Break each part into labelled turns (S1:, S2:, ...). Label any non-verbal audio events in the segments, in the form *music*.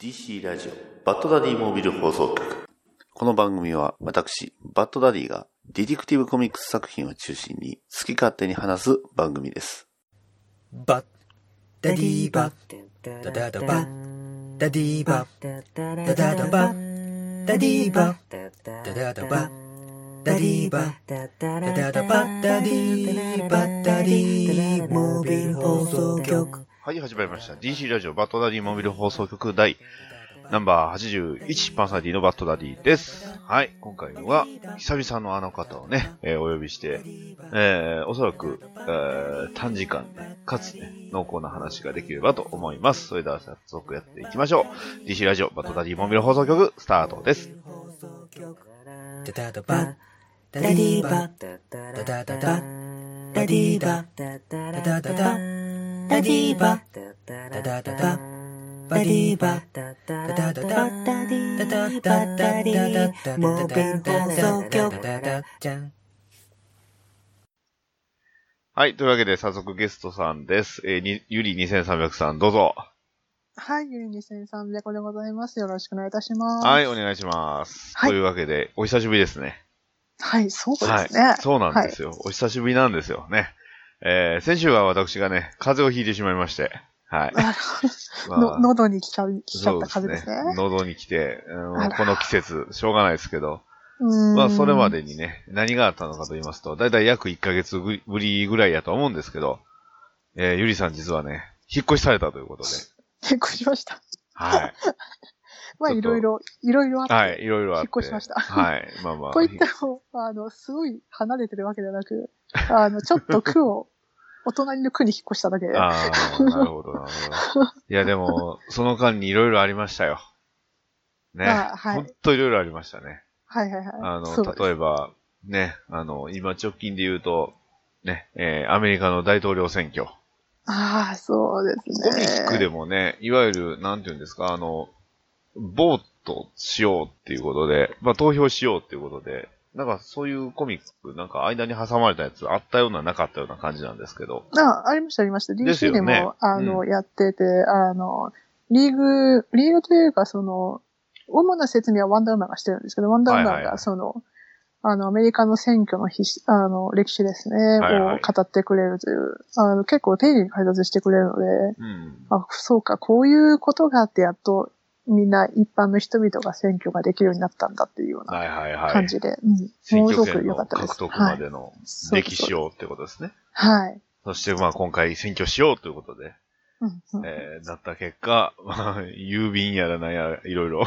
S1: DC ラジオバッドダディモービル放送局この番組は私バッドダディがディティクティブコミックス作品を中心に好き勝手に話す番組です
S2: バッダ
S3: ダ
S2: デ
S3: デ
S2: ィ
S3: ィ
S2: ーバッ
S3: バダダダバ
S2: ダ
S3: ダ
S2: デ
S3: デ
S2: ィ
S3: ィ
S2: ーバ
S3: バダダダバダディバダダダバダディバダダダバダディバダディモービル放送局
S4: はい、始まりました。DC ラジオバットダディモビル放送局第ナンバー81パーソナリティのバットダディです。はい、今回は久々のあの方をね、えーお呼びして、えーおそらく、えー短時間、かつね、濃厚な話ができればと思います。それでは早速やっていきましょう。DC ラジオバットダディモビル放送局スタートです。
S3: ダダダ
S2: バ
S3: バ
S2: ダ
S3: ダ
S2: デ
S3: デ
S2: ィ
S3: ィ
S2: ーバ
S3: バ
S2: ダ
S3: ダ
S2: ダ
S3: ダ
S2: ダダダデ
S3: ダダダデ
S2: ィ
S3: ィ
S2: ー
S3: ー
S2: バダ
S3: バダ
S2: ダダ
S3: ダダ
S2: ダダディーバダダダダダディーバダダダダダダダダディ
S3: ダダディーバダダダダバディーバダダダダ
S2: モービル放送局
S4: はい、というわけで早速ゲストさんです。えーにゆり2300さんどうぞ。
S5: はい、ゆり2300でございます。よろしくお願いいたします。
S4: はい、お願いします。
S5: はい
S4: というわけで、お久しぶりですね。
S5: はい、そうですね。
S4: はい。そうなんですよ。お久しぶりなんですよね。えー、先週は私がね、風邪をひいてしまいまして。はい。
S5: はい。
S4: まあ
S5: *laughs* *laughs* の喉に来ちゃう、来ちゃ
S4: そ
S5: っ
S4: う
S5: た風ですね。
S4: 喉に来て、うん
S5: あら
S4: この季節、しょうがないですけど、
S5: うーん
S4: まあ、それま。でにね、何があったのかと言いますと、だいたい約1ヶ月ぶりぐらいやと思うんですけど、えー、ゆりさん実はね、引っ越しされたということ
S5: *laughs*
S4: で、
S5: 結構しました。
S4: はい。
S5: まあ、
S4: ちょっと
S5: いろいろ、いろいろあって。
S4: はい、いろいろあって。
S5: 引っ越しました
S4: はい、まあまあ。
S5: といっても、あの、すごい離れてるわけではなく、あの、ちょっと区を、 *laughs* お隣の区に引っ越しただけで。
S4: ああ、なるほど、なるほど。いや、でも、その間にいろいろありましたよ。ね。
S5: まあはい
S4: ほんといろいろありましたね。
S5: はいはいはい。
S4: あの、
S5: そうです
S4: 例えば、ね、あの、今直近で言うと、ね、えーアメリカの大統領選挙。
S5: ああ、そうですね。
S4: コミックでもね、いわゆる、なんていうんですか、あの、ボートしようっていうことで、まあ、投票しようっていうことで、なんかそういうコミック、なんか間に挟まれたやつあったようななかったような感じなんですけど。
S5: あ、ありました、ありました。
S4: ですよ
S5: DC
S4: ね
S5: でも、あの、
S4: う
S5: やってて、あの、リーグ、リーグというか、その、主な説明はワンダーウーマンがしてるんですけど、ワンダーウー
S4: は
S5: マ
S4: い
S5: ン
S4: はいはい
S5: が、その、あの、アメリカの選挙のひしあの、歴史ですね、
S4: はいはい
S5: を語ってくれるという、あの、結構丁寧に解説してくれるので、
S4: うん。
S5: あ、そうか、こういうことがあって、やっと、みんな一般の人々が選挙ができるようになったんだっていうような
S4: はいはいはい。
S5: 感じで、うん。
S4: 選
S5: ものす
S4: 挙
S5: ご
S4: 権
S5: く良か
S4: の
S5: ったです。
S4: 獲得ま
S5: はい。
S4: での
S5: そうです
S4: 歴史。をってことですね。
S5: はい。
S4: そして、まあ、今回選挙しようということで、
S5: うんうん
S4: えー、なった結果、 *laughs* まあ、郵便やらなんやら、いろい *laughs* ろ、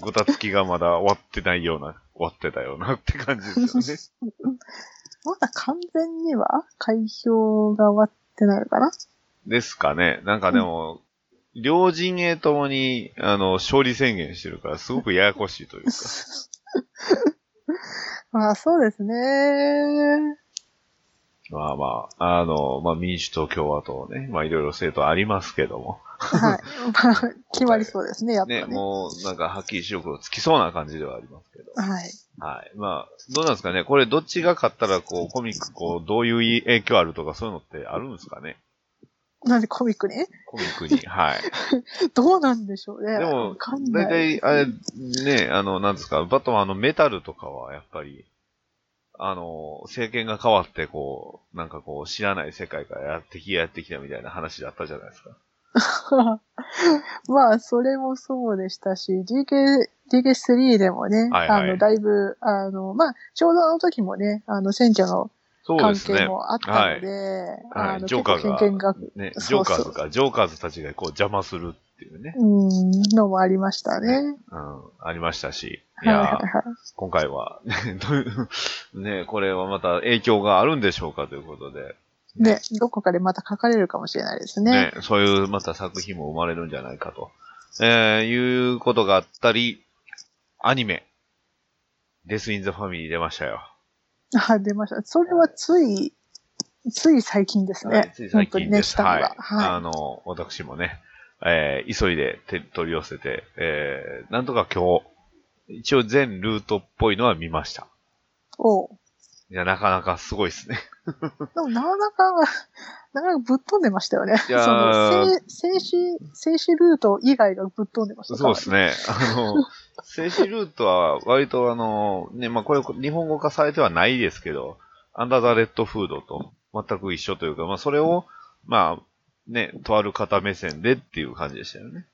S4: ごたつきがまだ終わってないような、終わってたようなって感じです
S5: *laughs*
S4: よね。
S5: まだ完全には開票が終わってないのかな
S4: ですかね。なんかでも、両陣営ともに、あの、勝利宣言してるから、すごくややこしいと
S5: *laughs*
S4: いうか。
S5: まあそうです
S4: *laughs*
S5: ね。
S4: まあまあ、あの、まあ民主党共和党ね、まあいろいろ政党ありますけども。
S5: はい。まあ、決まりそうですね、やっぱ
S4: ね、
S5: ね。
S4: もう、なんか、はっきり白黒つきそうな感じではありますけど。
S5: はい。
S4: はい。まあ、どうなんですかねこれ、どっちが勝ったら、こう、コミック、こう、どういう影響あるとか、そういうのってあるんですかね
S5: なんでコミックに
S4: コミックに。
S5: *laughs*
S4: はい。
S5: どうなんでしょうね。
S4: で
S5: わ
S4: も
S5: かん、な
S4: 大
S5: い。
S4: 体、あれ、ね、あの、なんですか、バットマンのメタルとかは、やっぱり、あの、政権が変わって、こう、なんかこう、知らない世界からやってき、やってきたみたいな話だったじゃないですか。
S5: *laughs* まあ、それもそうでしたし、DK、DK3 でもね、
S4: はいはい
S5: あの、だいぶ、あの、まあ、ちょうどあの時もね、あの、選挙の
S4: そうで
S5: 関
S4: す
S5: 係
S4: ね。
S5: もあったので、
S4: は
S5: あ
S4: い、
S5: の、
S4: ジョー
S5: 結
S4: カ
S5: 構
S4: ー
S5: 偏
S4: が、
S5: 見が、
S4: ね、ジ
S5: そ
S4: ョ
S5: う
S4: ーカ
S5: そう
S4: ーズか、ジョーカーズたちがこう邪魔するっていうね、
S5: うん、のもありましたね。
S4: うん、ありましたし、い
S5: はいはい
S4: やー、
S5: はい。
S4: 今回は、 *laughs* ねどういう、ね、これはまた影響があるんでしょうかということで、
S5: ね、どこかでまた書かれるかもしれないですね。
S4: ね、そういうまた作品も生まれるんじゃないかと、えーいうことがあったり、アニメ、デス・イン・ザ・ファミリー出ましたよ。
S5: あ、出ました。それはつい、つい最近ですね。
S4: つい最近です。
S5: 本当に
S4: は
S5: ね、
S4: い
S5: したのが。。は
S4: あの、私もね、えー急いで手取り寄せて、えーなんとか今日、一応全ルートっぽいのは見ました。
S5: い。おう
S4: いや、なかなかすごいですね。
S5: でも、なかなか、 *laughs* なかなかぶっ飛んでましたよね。
S4: い
S5: そ
S4: やー
S5: の、静静止、静止ルート以外がぶっ飛んでました
S4: そうです
S5: ね。 *laughs*
S4: ね。あの、静止ルートは割とあの、ね、まあ、これ日本語化されてはないですけど、アンダーザレッドフードと全く一緒というか、まあ、それを、まあ、ね、とある方目線でっていう感じでしたよね。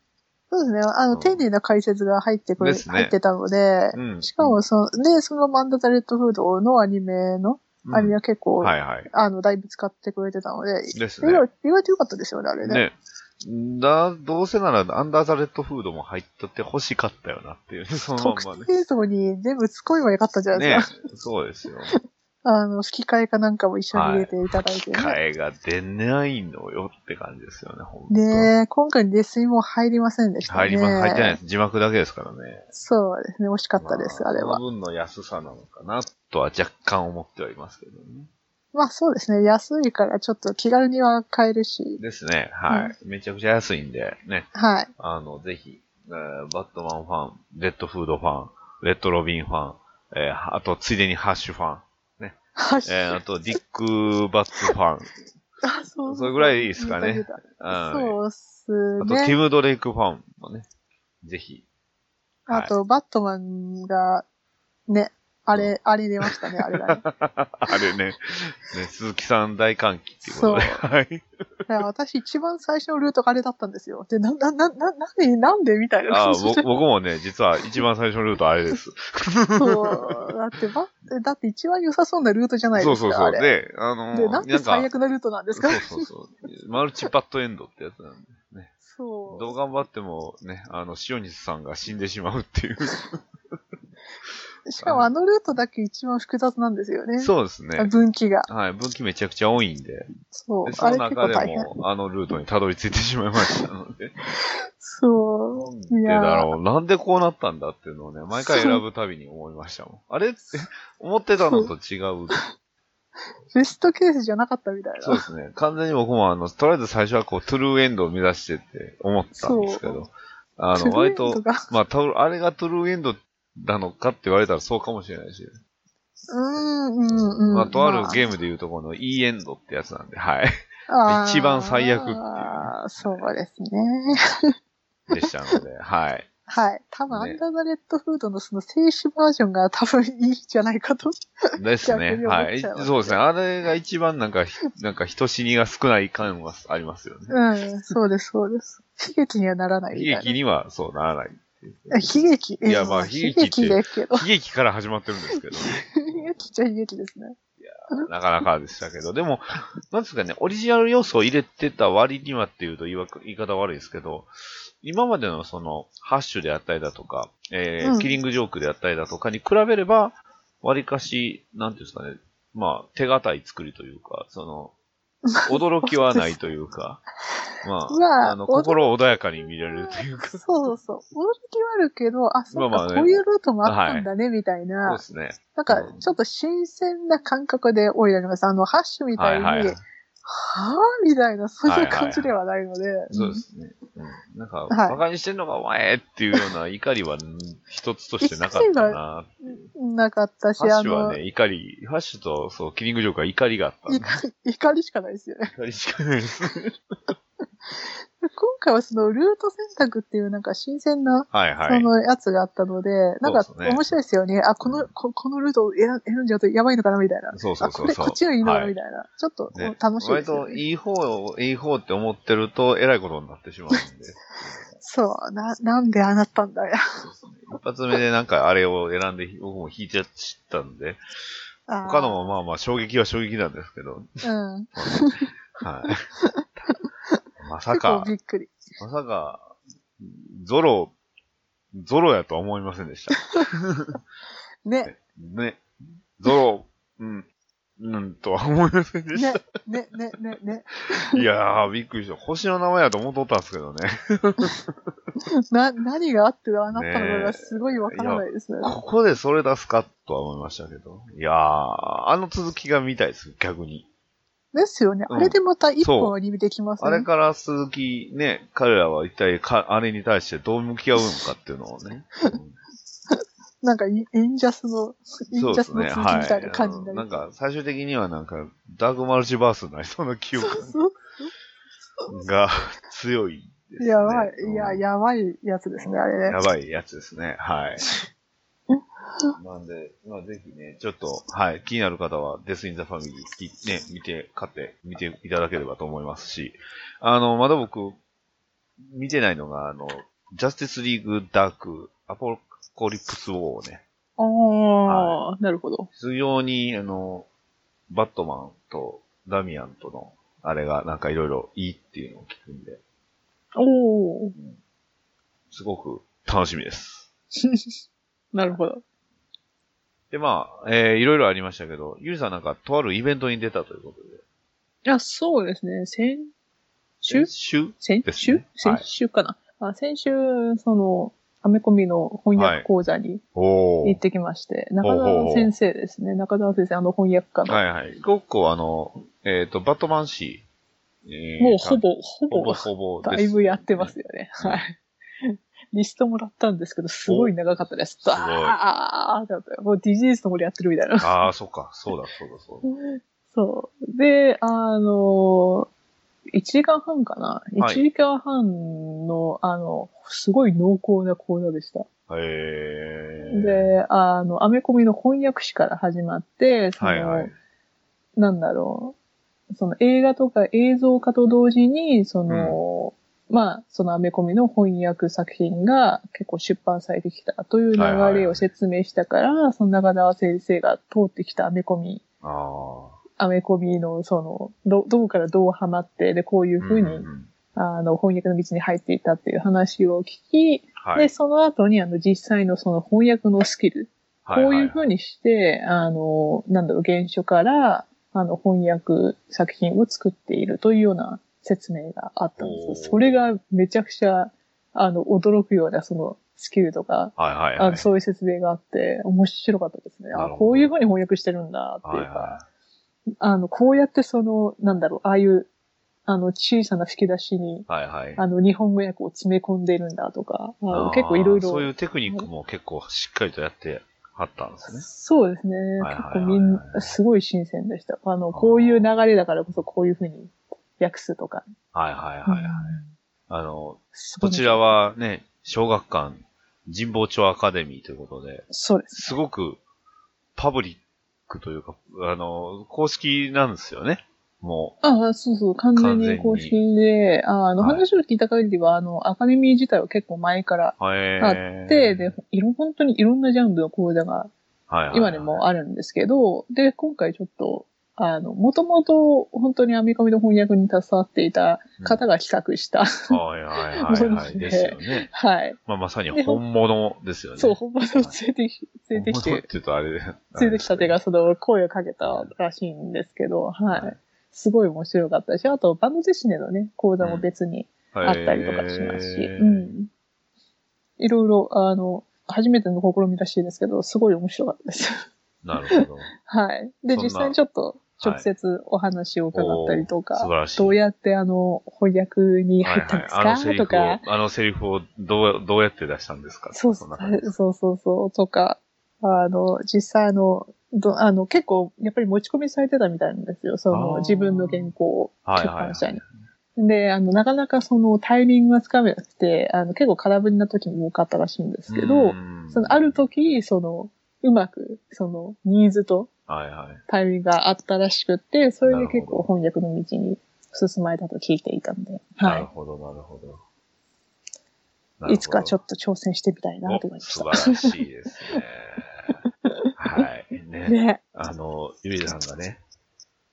S5: そうですね。あの、
S4: うん
S5: 丁寧な解説が入ってくる、
S4: ですね
S5: 入ってたので、
S4: うん。
S5: しかもその、で、そのマンダタレットフードのアニメの、
S4: うん、
S5: アニメは結構、
S4: はいはい。
S5: あの、だいぶ使ってくれてたので、
S4: です
S5: 意
S4: ね。
S5: 外意外と良かったですよね、あれね。
S4: ね。だ、どうせならアンダーザレッドフードも入っとって欲しかったよなっていう、 *laughs* その
S5: 特
S4: まんま
S5: 典映像に全部突っ込めばよかったじゃない
S4: ね。
S5: で
S4: ね
S5: すか。。
S4: そうですよ。
S5: あの、吹き替えかなんかも一緒に入れていただいてね。
S4: 替えが出ないのよって感じですよね、本当
S5: で、今回レスイも入りませんでしたね。
S4: 入りま、入ってないです。字幕だけですからね。
S5: そうですね、惜しかったです、
S4: ま
S5: あれは
S4: そ。の分の安さなのかなとは若干思ってはいますけどね。
S5: まあそうですね、安いからちょっと気軽には買えるし、
S4: ですね。はい。めちゃくちゃ安いんで、ね。
S5: はい。
S4: あの、ぜひ、えーバットマンファン、レッドフードファン、レッドロビンファン、えーあと、ついでにハッシュファン、
S5: はい。
S4: え
S5: *laughs*
S4: ーあと、ディック・バッツファン、
S5: あそう
S4: それぐらいですかね
S5: 見た見た
S4: うん
S5: そうっす
S4: あと、ティ
S5: ね。
S4: ム・ドレイクファンもね、ぜひ。 *laughs* はい
S5: あと、バットマンが、ね、あれ、あれ出ましたね、あれがね。
S4: あれね、ね、鈴木さん大歓喜っていうことで。はい。
S5: だから私一番最初のルートがあれだったんですよ。で、な、な、な、な、なんで、なんでみたいな
S4: *laughs* あ
S5: 感
S4: あ、
S5: じ *laughs* で
S4: ぼ。僕もね、実は一番最初のルートあれです。
S5: そう。だって、ば、だって一番良さそうなルートじゃない
S4: そ
S5: で
S4: う
S5: す
S4: そ
S5: か。
S4: うそう。
S5: あれ
S4: で、あのー
S5: で、なんで最悪なルートなんですか
S4: そうそうそう。マルチパッドエンドってやつなんで。
S5: そう。
S4: どう頑張ってもね、あの、塩西さんが死んでしまうって
S5: *laughs*
S4: いう。
S5: しかもあのルートだけ一番複雑なんですよね。
S4: そうですね。
S5: 分岐が。
S4: はい。分岐めちゃくちゃ多いんで。
S5: そう
S4: で。そ
S5: あ
S4: の
S5: れ結構
S4: 中で
S5: 大変。
S4: も、あのルートにたどり着いてしまいましたの
S5: *laughs*
S4: で。な
S5: そ
S4: ん
S5: う。い
S4: でだ
S5: やー
S4: ろう。なんでこうなったんだっていうのをね、毎回選ぶたびに思いましたもん。あれって、思ってたのと違う。
S5: ベストケースじゃなかったみたい
S4: そう
S5: な。
S4: ですね。完全に僕もあの、とりあえず最初はこう、トゥルーエンドを目指してって思ったんですけど、あの、割
S5: ト
S4: と
S5: ゥルーエンド、が
S4: まあ、トゥルあれがトゥルーエンドなのかって言われたらそうかもしれないし、
S5: うーん、うん、うん。
S4: まあ、とあるゲームで言うとこの E エンドってやつなんで、はい。
S5: まあ
S4: 一番最悪っていう
S5: あーそうですね。
S4: でしたの
S5: *laughs*
S4: で、はい。
S5: はい。多分、ア
S4: ね
S5: ンダーザレッドフードのその静止バージョンが多分いいんじゃないかと。
S4: ですね
S5: 逆。に思っ
S4: はい。
S5: ちゃうわけ
S4: そうですね。あれが一番なんか、ひなんか人死にが少ない感はありますよね。
S5: うん、そうです、そうです。悲劇にはならないみ
S4: 悲
S5: たいな。
S4: 劇にはそうならない。
S5: え悲劇。
S4: いやまあ
S5: え
S4: 悲劇って
S5: 悲劇だけど。 *laughs*
S4: 悲劇から始まってるんですけどね。
S5: 悲劇っちゃ悲劇
S4: *laughs*
S5: ですね。
S4: なかなかでしたけど、でも、なんですかね、オリジナル要素を入れてた割にはっていうと言いわ言い方悪いですけど、今までのその、ハッシュであったりだとか、えー
S5: うん
S4: キリングジョークであったりだとかに比べれば、割かし、なんていうんですかね、まあ、手堅い作りというか、その、驚きはないというか、ま
S5: うわ
S4: あ、あの、心穏やかに見れるという
S5: *laughs*
S4: か、そ
S5: そうそう。驚きはあるけど、あ、そうか、
S4: まあまあね
S5: こういうルートもあったんだね、みたいうな。
S4: ですね。
S5: なんか、ちょっと新鮮な感覚で降りられます。あの、ハッシュみたいに、はぁ、みたいな、そういう感じではないので。
S4: そうですね。うん。なんか、
S5: はい
S4: 馬鹿にしてんのかお前っていうような怒りはん一つとしてなかったな。
S5: うんなかったし、
S4: ハッ
S5: あ
S4: シュは
S5: の、
S4: ね、怒り、ハッシュと、そう、キリングジョークは怒りがあったんで。
S5: 怒り怒りしかない *laughs* ですよね。 *laughs*
S4: 怒りしかないです。
S5: 今回はそのルート選択っていうなんか新鮮な、
S4: はい
S5: そ
S4: はい。
S5: のやつがあったので、なんか
S4: そうですね
S5: 面白いですよね。あ、この、ここのルートを選ん選んじゃうとやばいのかなみたいな。
S4: そうそうそうそう
S5: あ、これこっちがいいのかな
S4: はい
S5: みたいな。ちょっと
S4: ね
S5: 楽しいで
S4: 割
S5: すよ
S4: と、
S5: ね。
S4: いい方を、いい方って思ってると、えらいことになってしまうんで。 *laughs*
S5: そう、な、なんでああなったんだよ。
S4: 一発目でなんか、あれを選んで、僕も引いちゃったんで、
S5: あー
S4: *laughs* 他のもまあまあ、衝撃は衝撃なんですけど、
S5: うん。 *laughs*
S4: はい。まさ
S5: 結
S4: か
S5: 構、びっくり。
S4: まさか、ゾロ、ゾロやとは思いませんでした。
S5: ね、
S4: ね。ゾロ、うん、うん、とは思いませんでし
S5: ね、ね、ね、ね、ね。 *laughs*
S4: た。いやー、びっくりした。星の名前やと思っとったんですけどね。
S5: な、何があってああなったの
S4: ね
S5: かがすごいわからないですね。
S4: ここでそれ出すかとは思いましたけど。いやー、あの続きが見たいです、逆に。
S5: ですよね。
S4: うん
S5: あれでまた一
S4: そう
S5: 本アニメできます
S4: あれ
S5: ね。
S4: から鈴木、ね、彼らは一体か、あれに対してどう向き合うのかっていうのをね。
S5: なんかイ、インジャスの、イ
S4: そ
S5: ン
S4: う
S5: ジ
S4: で
S5: ャス
S4: す
S5: の
S4: ね。
S5: 続き
S4: は
S5: みたい
S4: い。
S5: な感じにな
S4: あの
S5: り
S4: なん
S5: そ
S4: か、最終的にはなんか、ダークマルチバースになりそうな記憶
S5: うそう
S4: が強いですね。
S5: やばい、
S4: うん
S5: いや、やばいやつですね、あれね
S4: や。ばいやつですね。
S5: *laughs*
S4: はい。なんで、まあぜひね、ちょっと、はい、気になる方は、デス・イン・ザ・ファミリー、きね、見て、買って、見ていただければと思いますし、あの、まだ僕、見てないのが、あの、ジャスティス・リーグ・ダーク、アポコリプス・ウォーをね、
S5: おー、なるほど。
S4: 非常に、あの、バットマンとダミアンとの、あれがなんかいろいろいいっていうのを聞くんで、
S5: おー、
S4: すごく楽しみです。
S5: なるほど。
S4: で、まあ、えー、いろいろありましたけど、ゆりさんなんか、とあるイベントに出たということで。
S5: いや、そうですね、先週
S4: 週
S5: 先
S4: です
S5: 週、
S4: ねはい
S5: 先週かな、あ先週、その、アメコミの翻訳講座に
S4: お
S5: 行
S4: ー
S5: っ。てきまして、
S4: ほう
S5: 中
S4: ほうほう
S5: 澤先生ですね、中澤先生、あの翻訳家の、
S4: はいはい。ごっこ、あの、えっ、と、バットマン氏、えー
S5: もうほ、ぼ、ほ
S4: ほぼ
S5: ぼ、
S4: ほぼです、
S5: だいぶやってますよね。はい。リストもらったんですけど、すごい長かったです。
S4: お
S5: ダーってなって、もう DGS の森やってるみたいな。
S4: ああ、そっか。そうだ、そうだ、そう
S5: *laughs* そう。で、あのー、1時間半かな、
S4: はい
S5: ?1 時間半の、あの、すごい濃厚な講座でした。
S4: だ。へー。
S5: で、あの、アメコミの翻訳誌から始まって、その、
S4: はいはい。
S5: なんだろう、その映画とか映像化と同時に、その、まあ、そのアメコミの翻訳作品が結構出版されてきたという流れを説明したから、その中澤先生が通ってきたアメコミ、
S4: ああ。
S5: アメコミのその、どどうからどうハマって、で、こういうふうに、
S4: んん
S5: あの、翻訳の道に入っていたっていう話を聞き、
S4: はい。
S5: で、その後にあの、実際のその翻訳のスキル、こういうふうにして、あの、なんだろう、原書から、あの、翻訳作品を作っているというような説明があったんで
S4: おー
S5: す。それがめちゃくちゃ、あの、驚くような、その、スキルとか、
S4: はいはいはい。
S5: あのそういう説明があって、面白かったですね。
S4: なる
S5: あ
S4: ほど
S5: こういうふうに翻訳してるんだ、って
S4: はいいう
S5: か、
S4: は
S5: あの、こうやってその、なんだろう、ああいう、あの、小さな吹き出しに、
S4: い。はいはい。
S5: あの、日本語訳を詰め込んでいるんだとか、あの
S4: あー
S5: 結構いろいろ。
S4: そういうテクニックも結構しっかりとやってはったんですね。
S5: そうですね。
S4: はいはい
S5: 結
S4: はい
S5: 構みんな、すごい新鮮でした。あの、
S4: あー
S5: こういう流れだからこそこういうふうに訳すとか。
S4: はいはいはい。あの、
S5: そ
S4: こちら。はね、小学館、神保町アカデミーということで、
S5: そうです。
S4: すごくパブリックというか、あの、公式なんですよね。も
S5: ああ、そうそう、完全
S4: 完全
S5: に
S4: に
S5: 公式で、ああの、
S4: はい
S5: 話を聞いた限りは、あの、アカデミー自体は結構前から
S4: う、へ
S5: あっ
S4: ー
S5: て、で、いろ、本当にいろんなジャンルの講座が
S4: はいはいはい
S5: 今でもあるんですけど、で、今回ちょっと、あの、もともと本当にアメコミの翻訳に携わっていた方が企画した、
S4: はいはいはいは
S5: そう
S4: い。で
S5: ですすね
S4: よ
S5: *laughs*
S4: ね。
S5: はい。
S4: まあ、まさに
S5: で
S4: 本物ですよね。
S5: そう、本物を連れてき、連れてき
S4: 本物って
S5: て、
S4: 言うとあれで。
S5: 連れてきた手がその声をかけたらしいんですけど、はい。すごい面白かったし、あとバンドデシネのね、講座も別にあ
S4: あ
S5: ったりとかしますし、うん。いろいろ、あの、初めての試みらしいですけど、すごい面白かったです。 *laughs*
S4: なるほど。
S5: はい。
S4: そ
S5: で、
S4: んな
S5: 実際にちょっと直接お話を伺ったりとか、
S4: 素晴らしい。
S5: どうやってあの、翻訳に入ったんですか、
S4: はいはい、あのセリフ
S5: とか
S4: を、、あのセリフをどうどうやって出したんですか
S5: そう
S4: そ
S5: そ
S4: んな感じ
S5: うそうそうそう、とか、あの、実際あの、どあの、結構、やっぱり持ち込みされてたみたいなんですよ。そ
S4: あー
S5: の、自分の原稿を
S4: はい
S5: 出
S4: はいはい
S5: 版社に。で、あの、なかなかその、タイミングがつかめなくて、あの、結構空振りな時も多かったらしいんですけど、
S4: うん
S5: その、ある時、その、うまく、その、ニーズと
S4: はいはい。
S5: タイミングがあったらしくって、それで結
S4: なる
S5: 構翻訳の道に進まれたと聞いていたんで、
S4: なる
S5: は
S4: ほど、なるほど。なるほど
S5: い。いつかちょっと挑戦してみたいなと思いまし
S4: お
S5: た。
S4: 素晴らしいですね。はい。ね。
S5: *laughs* ね。
S4: あの、ゆりさんがね、 *clears throat*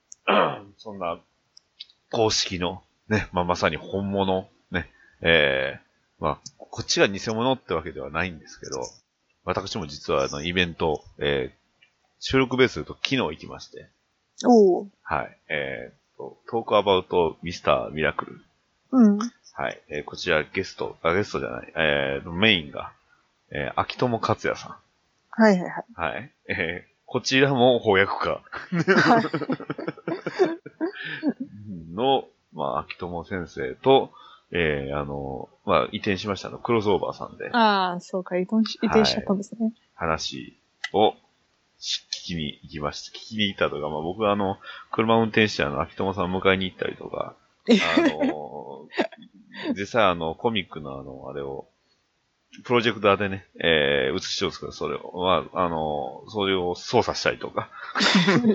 S4: そんな、公式の、ね、まあ、まさに本物、ね、えー、まあ、こっちが偽物ってわけではないんですけど、私も実はあの、イベント、えー、収録ベースで言うと昨日行きまして、
S5: おう。
S4: はい、えーと、トークアバウトミスターミラクル
S5: うん。
S4: はい。えーこちらゲスト、あ、ゲストじゃない、えーメインが、えー秋友克也さ
S5: はいはいはい。
S4: ん。はい。えーこちらも翻訳家 *laughs*
S5: はい
S4: の、まあ、秋友先生と、えーあの、まあ、移転しましたの、クロスオーバーさんで、
S5: ああ、そうか、移転し移転しちゃったんですね。
S4: 話をし聞きに行きました。聞きに行ったとか、まあ僕はあの、車運転手あの、秋友さんを迎えに行ったりとか、あ
S5: *laughs*
S4: の、実際あの、コミックのあの、あれを、プロジェクターでね、えー、映しますから、それを、まあ、あの、それを操作したりとか、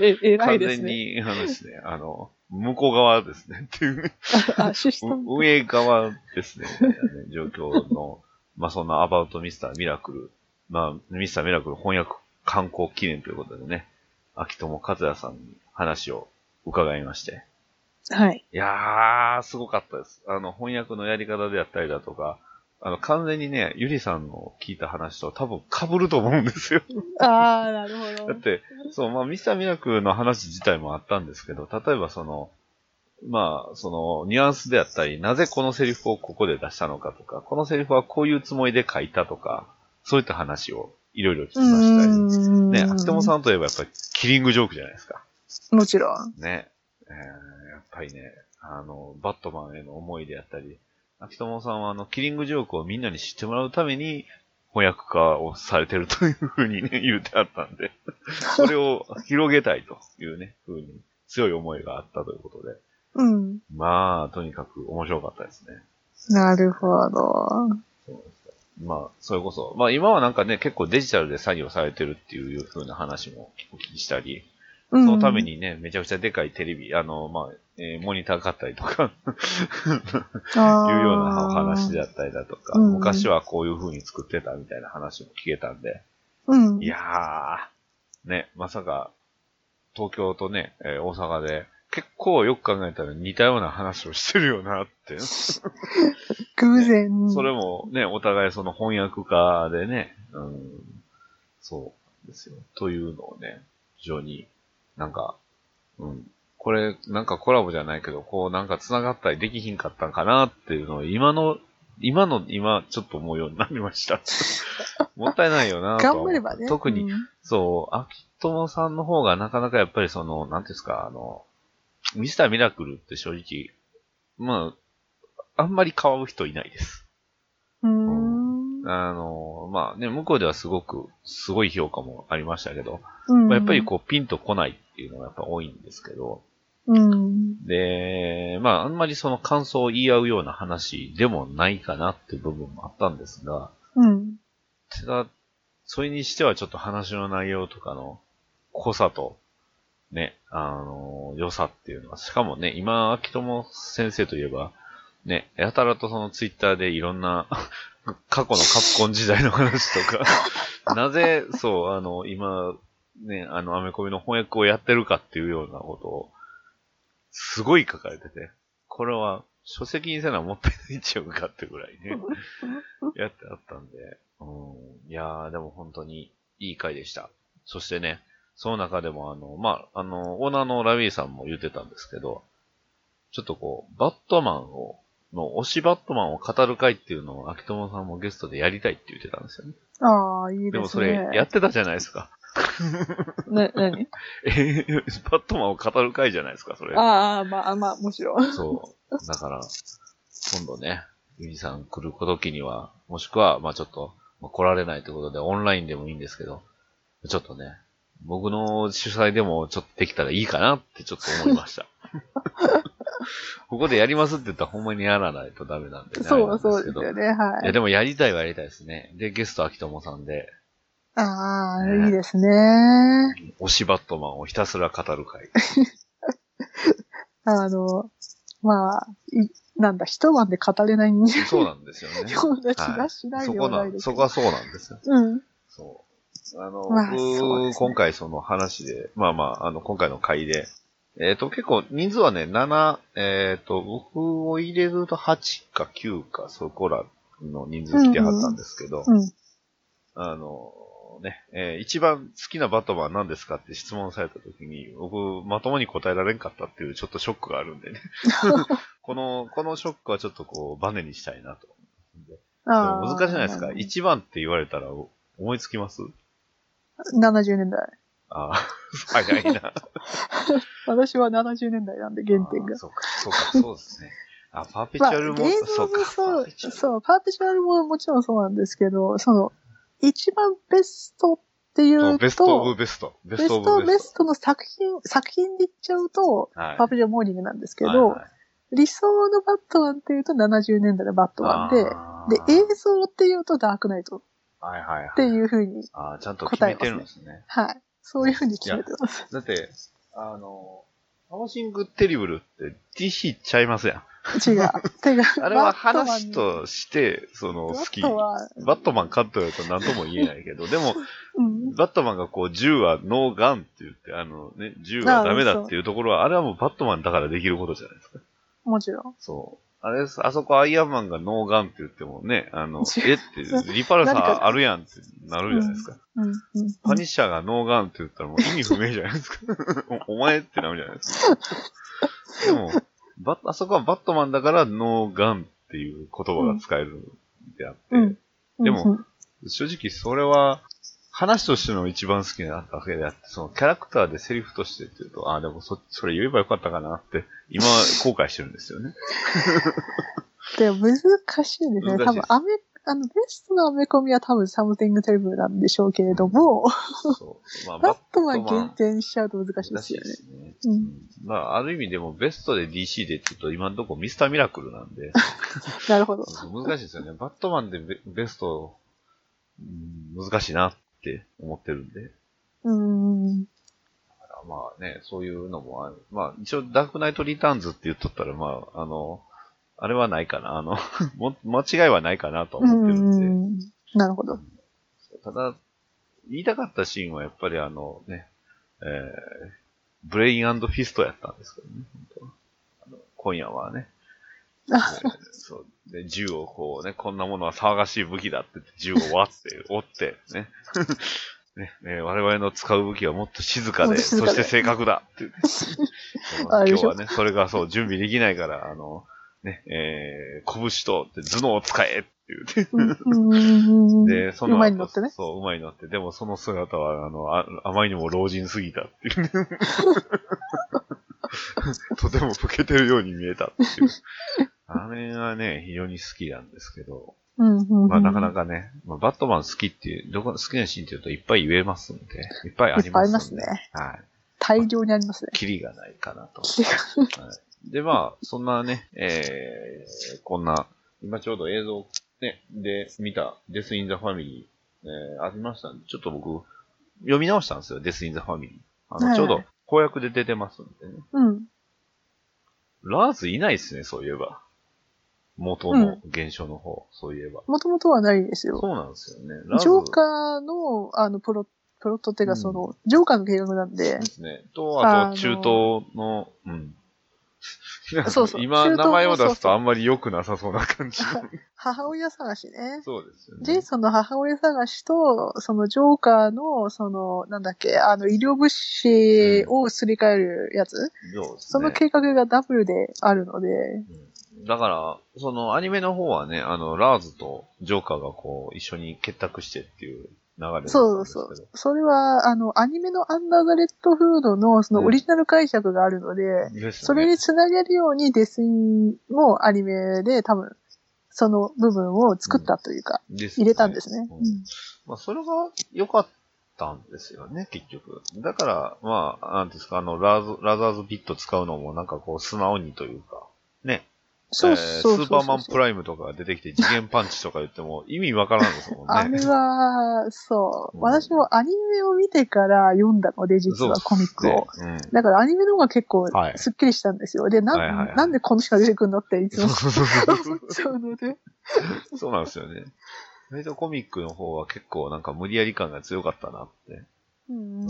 S5: え、偉
S4: 完
S5: いです
S4: 全
S5: ね。
S4: に、あのですね、あの、向こう側ですね、っていう
S5: あ、アシスタント。
S4: 運営側ですね、みたいなね、状況の、 *laughs* まあ、そんなアバウトミスターミラクル、まあ、ミスターミラクル翻訳観光記念ということでね、秋友和也さんに話を伺いまして、
S5: はい。
S4: いやー、すごかったです。あの、翻訳のやり方であったりだとか、あの、完全にね、ゆりさんの聞いた話と多分被ると思うんですよ。
S5: ああ、なるほ
S4: だ
S5: ど
S4: っ。て、そう、まあ、ミスターミラクルの話自体もあったんですけど、例えばその、まあ、その、ニュアンスであったり、なぜこのセリフをここで出したのかとか、このセリフはこういうつもりで書いたとか、そういった話をいろいろ聞きました
S5: う
S4: り。ね、秋友さ
S5: ん。
S4: んといえばやっぱりキリングジョークじゃないですか。
S5: もちろん。
S4: ね。えーやっぱりね、あの、バットマンへの思いであったり、秋友さんはあの、キリングジョークをみんなに知ってもらうために、翻訳家をされてるというふうにね、 *laughs* 言うてあったんで、それを広げたいというね、ふうに強い思いがあったということで、
S5: うん。
S4: まあ、とにかく面白かったですね。
S5: なるほど。
S4: まあ、それこそ、まあ今はなんかね、結構デジタルで作業されてるっていうふうな話もお聞きしたり、
S5: そ
S4: そのため。にね、めちゃくちゃでかいテレビ、あの、まあ、えーモニター買ったりと
S5: *laughs*
S4: か、
S5: いうよう
S4: いうようなお話であったりだとか、
S5: うん
S4: 昔はこういう風に作ってたみたいな話も聞けたんで、
S5: うん。
S4: いやー、ね、まさか、東京とね、えー大阪で、結構よく考えたら似たような話をしてるよなって。
S5: 偶然。
S4: それもね、お互いその翻訳家でね、うん、そうですよ。というのをね、非常になんか、うん、これなんかコラボじゃないけど、こうなんか繋がったりできひんかったんかなっていうのを今の、今の今ちょっと思うようになりま
S5: *laughs*
S4: した。もったいないよなとは
S5: 頑
S4: 思う
S5: 張ればね。
S4: 特に、
S5: うん。
S4: そう、秋友さんの方がなかなかやっぱりその、なんていうんですか、あの、ミスターミラクルって正直、まあ、あんまり買う人いないです。
S5: うーん
S4: あの、まあね、向こうではすごく、すごい評価もありましたけど、
S5: うん
S4: まあやっぱりこう、ピンとこないっていうのがやっぱ多いんですけど、
S5: うん。
S4: で、まあ、あんまりその感想を言い合うような話でもないかなって部分もあったんですが、
S5: うん。
S4: ただ、それにしてはちょっと話の内容とかの濃さと、ね、あの、良さっていうのは、しかもね、今、秋友先生といえば、ね、やたらとそのツイッターでいろんな *laughs* 過去のカプコン時代の話とか、なぜ、そう、あの、今、ね、あの、アメコミの翻訳をやってるかっていうようなことを、すごい書かれてて、これは書籍にせなもったいないんちゃうかってぐらいね、やってあったんで、うん、いやー、でも本当にいい回でした。そしてね、その中でもあの、まあ、あの、オーナーのラビーさんも言ってたんですけど、ちょっとこう、バットマンを、の推しバットマンを語る回っていうのを秋友さんもゲストでやりたいって言ってたんですよね。
S5: ああ、いいですね。
S4: でもそれやってたじゃないですか。 *laughs*
S5: な、なに
S4: えバットマンを語る回じゃないですか、それ。
S5: ああ、まあまあ、もち
S4: *laughs*
S5: ろん。
S4: そう。だから、今度ね、ゆりさん来る時には、もしくは、まあちょっと、まあ来られないということで、オンラインでもいいんですけど、ちょっとね、僕の主催でもちょっとできたらいいかなってちょっと思いま
S5: *laughs*
S4: した。ここでやりますって言ったらほんまにやらないとダメなんでね。
S5: そう、
S4: あれ
S5: そ
S4: なん
S5: うです
S4: けど
S5: よね。はい
S4: や、
S5: い。
S4: でもやりたいはやりたいですね。で、ゲスト秋友さんで、
S5: ああ、
S4: ね
S5: いいですね。
S4: 推しバットマンをひたすら語る会。
S5: あの、まあ、い、なんだ、一晩で語れない人間
S4: そうなんですよ
S5: *laughs*
S4: ね。
S5: ような気がしない
S4: そ
S5: で
S4: こ
S5: はな
S4: ない
S5: で
S4: ん、
S5: す
S4: そ
S5: け
S4: こ
S5: ど。
S4: はそうなんですよ。
S5: うん。
S4: そう。あの、
S5: まあそう
S4: 僕、
S5: ですね
S4: 今回その話で、まあまあ、あの、今回の会で、えっ、と、結構人数はね、7、えっ、と、僕を入れると8か9か、そこらの人数来てはったんですけど、
S5: うん。
S4: あの、ね、えー一番好きなバットマン何ですかって質問された時に、僕、まともに答えられんかったっていうちょっとショックがあるんで
S5: *laughs*
S4: ね。この、このショックはちょっとこう、バネにしたいなと。
S5: ああ。
S4: 難しいじゃないですか。一番って言われたら思いつきます
S5: 70年代。
S4: ああ、 *laughs* 早いな。
S5: 私は70年代なんで、原点が
S4: あー。そうか、そうか、そうですね。あ、パーペチ
S5: まあ、
S4: ュア
S5: 映
S4: ル
S5: 像
S4: モンスター、
S5: も
S4: そうか。パー
S5: そう
S4: ペチュ、アル
S5: そう、パーティションももちろんそうなんですけど、その、一番ベストってい
S4: そううベストオブ、
S5: と
S4: ベスト。ベ
S5: ベ
S4: ストオ
S5: スト
S4: ブベ
S5: ベ
S4: ス
S5: ストの作品、作品で言っちゃう
S4: ト。
S5: と、
S4: はい
S5: パブリオモーニングなんですけ
S4: はい
S5: ど
S4: は、い
S5: 理想のバットマンっていうと70年代のバットマンで、
S4: あ
S5: で
S4: ー、
S5: 映像っていうとダークナイトっ
S4: はいはいはい。
S5: ていう風に、
S4: あーちゃんと決めてるんですね。
S5: はい。そういう風に決めてます。
S4: だって、あの、ハウシングテリブルって DC ちゃいますやん。
S5: 違う。
S4: *laughs*
S5: てか、
S4: あれは
S5: バットマン
S4: 話として、その、
S5: バ
S4: 好き。
S5: ッ
S4: バ
S5: トは、
S4: ットマンカットやと何とも言えないけど、でも、
S5: うん。
S4: バットマンがこう、銃はノーガンって言って、あのね、銃はダメだっていうところは、あれはもうバットマンだからできることじゃないですか。
S5: もちろん。
S4: そう。あれです、あそこアイアンマンがノーガンって言ってもね、あ
S5: *laughs*
S4: の、
S5: 違う
S4: えって、リパルサーあるやんってなるじゃないですか。
S5: うん。うん。
S4: パニッシャーがノーガンって言ったらもう意味不明じゃないで
S5: *laughs*
S4: すか。おお前ってなるじゃないですか。でも、バッあそこはバットマンだからノーガンっていう言葉が使えるんであって、
S5: うん
S4: でも
S5: うん
S4: 正直それは話としての一番好きなわけであって、そのキャラクターでセリフとしてっていうと、ああ、でもそそれ言えばよかったかなって、今後悔してるんですよ
S5: *laughs*
S4: ね。
S5: でも難しいですね。
S4: 難しいです
S5: 多分、アメ、あの、ベストのアメコミは多分サムティングテレビなんでしょうけれども、
S4: そう。まあ、
S5: バットマン減点しちゃうと難しいですよね。
S4: ね
S5: うん
S4: まあ、ある意味でもベストで DC でちょっと今のところミスターミラクルなんで、
S5: なるほど。
S4: 難しいですよね。バットマンでベベスト、うん難しいなって思ってるんで。
S5: うーん。
S4: まあね、そういうのもある。まあ、一応ダークナイトリターンズって言っとったら、まあ、あの、あれはないかな。あの、 *laughs* も間違いはないかなとは
S5: う
S4: 思ってるんで。
S5: ん。なるほど。
S4: ただ、言いたかったシーンはやっぱりあのね、えー、ブレインフィストやったんですけどね、本当はあの今夜はね、え
S5: あ
S4: ーそうで銃をこうね、こんなものは騒がしい武器だって言って銃を割
S5: *laughs*
S4: って、折って、ねね、えー我々の使う武器はもっと静か
S5: も
S4: で、
S5: っと静か
S4: そ
S5: で
S4: して正確だって言ってでも
S5: *laughs* あれ
S4: 今
S5: でし
S4: 日
S5: ょ
S4: はね、それがそう、準備できないから、あの、ね、えー、拳と頭脳を使えって言って、
S5: うんうん。
S4: で、その後
S5: 馬に乗ってね。
S4: そう、馬に乗って。でもその姿は、あの、ああまりにも老人すぎたっていう。 *laughs* とても老けてるように見えたっていう。あれはね、非常に好きなんですけど、
S5: うんうんうん。
S4: まあなかなかね、まあ、バットマン好きっていう、どこ好きなシーンっていうといっぱい言えますんで、いっぱいありますんで。
S5: いっぱいありますね
S4: はい。
S5: 大量にありますね。 *laughs*
S4: キリがないかなと。
S5: キリが
S4: はい、で、まあ、そんなね、えー、こんな、今ちょうど映像、ね、で見たデス・イン・ザ・ファミリー、えー、ありましたんで、ちょっと僕、読み直したんですよ、デス・イン・ザ・ファミリー。あの、
S5: はい
S4: ちょうど公約で出てますんでね。
S5: うん。
S4: ラーズいないですね、そういえば。元の現象の方、そういえば。
S5: もともとはないですよ。
S4: そうなんですよね。ラーズ
S5: ジョーカーの、あの、プロ、プロットっていうか、その、ジョーカーの計画なんで
S4: で、すね。と、あ
S5: あの
S4: と、中東の、うん。
S5: そうそ
S4: *laughs*
S5: う
S4: 今、
S5: 中東の
S4: 名前を出す
S5: そうそう
S4: とあんまり良くなさそうな感じの。
S5: 母親探しね。
S4: そうですよね。
S5: ジェイソンの母親探しと、そのジョーカーの、その、なんだっけ、あの、医療物資をすり替えるやつ、
S4: そうです
S5: そ
S4: ね
S5: の計画がダブルであるので、
S4: だから、そのアニメの方はね、あの、ラーズとジョーカーがこう、一緒に結託してっていう流れなんですけ
S5: そう
S4: ど。
S5: そうそう。それは、あの、アニメのアンダーザレッドフードの、そのオリジナル解釈があるので、
S4: ですよね
S5: それにつなげるようにデスインもアニメで多分、その部分を作ったというか、
S4: です
S5: 入れたんですね。
S4: う
S5: うん
S4: まあ、それが良かったんですよね、結局。だから、まあ、なんていうんですか、あの、ラーズ、ラザーズピット使うのもなんかこう、素直にというか、ね。
S5: そう
S4: えー
S5: そうそうそう。
S4: スーパーマンプライムとかが出てきて、次元パンチとか言っても意味わからんですもんね。
S5: あれは、そうう。
S4: ん
S5: 私もアニメを見てから読んだので、実
S4: そうっ
S5: は
S4: すね
S5: コミックを。
S4: うん。
S5: だからアニメの方が結構
S4: はい
S5: すっきりしたんですよ。で、な,、
S4: はいはいはい
S5: なんでこの人が出てくるのっていつ
S4: そう
S5: も
S4: そうそうそう
S5: 思っちゃうので。
S4: そうなんですよね。メイドコミックの方は結構なんか無理やり感が強かったなって。
S5: うん
S4: うん。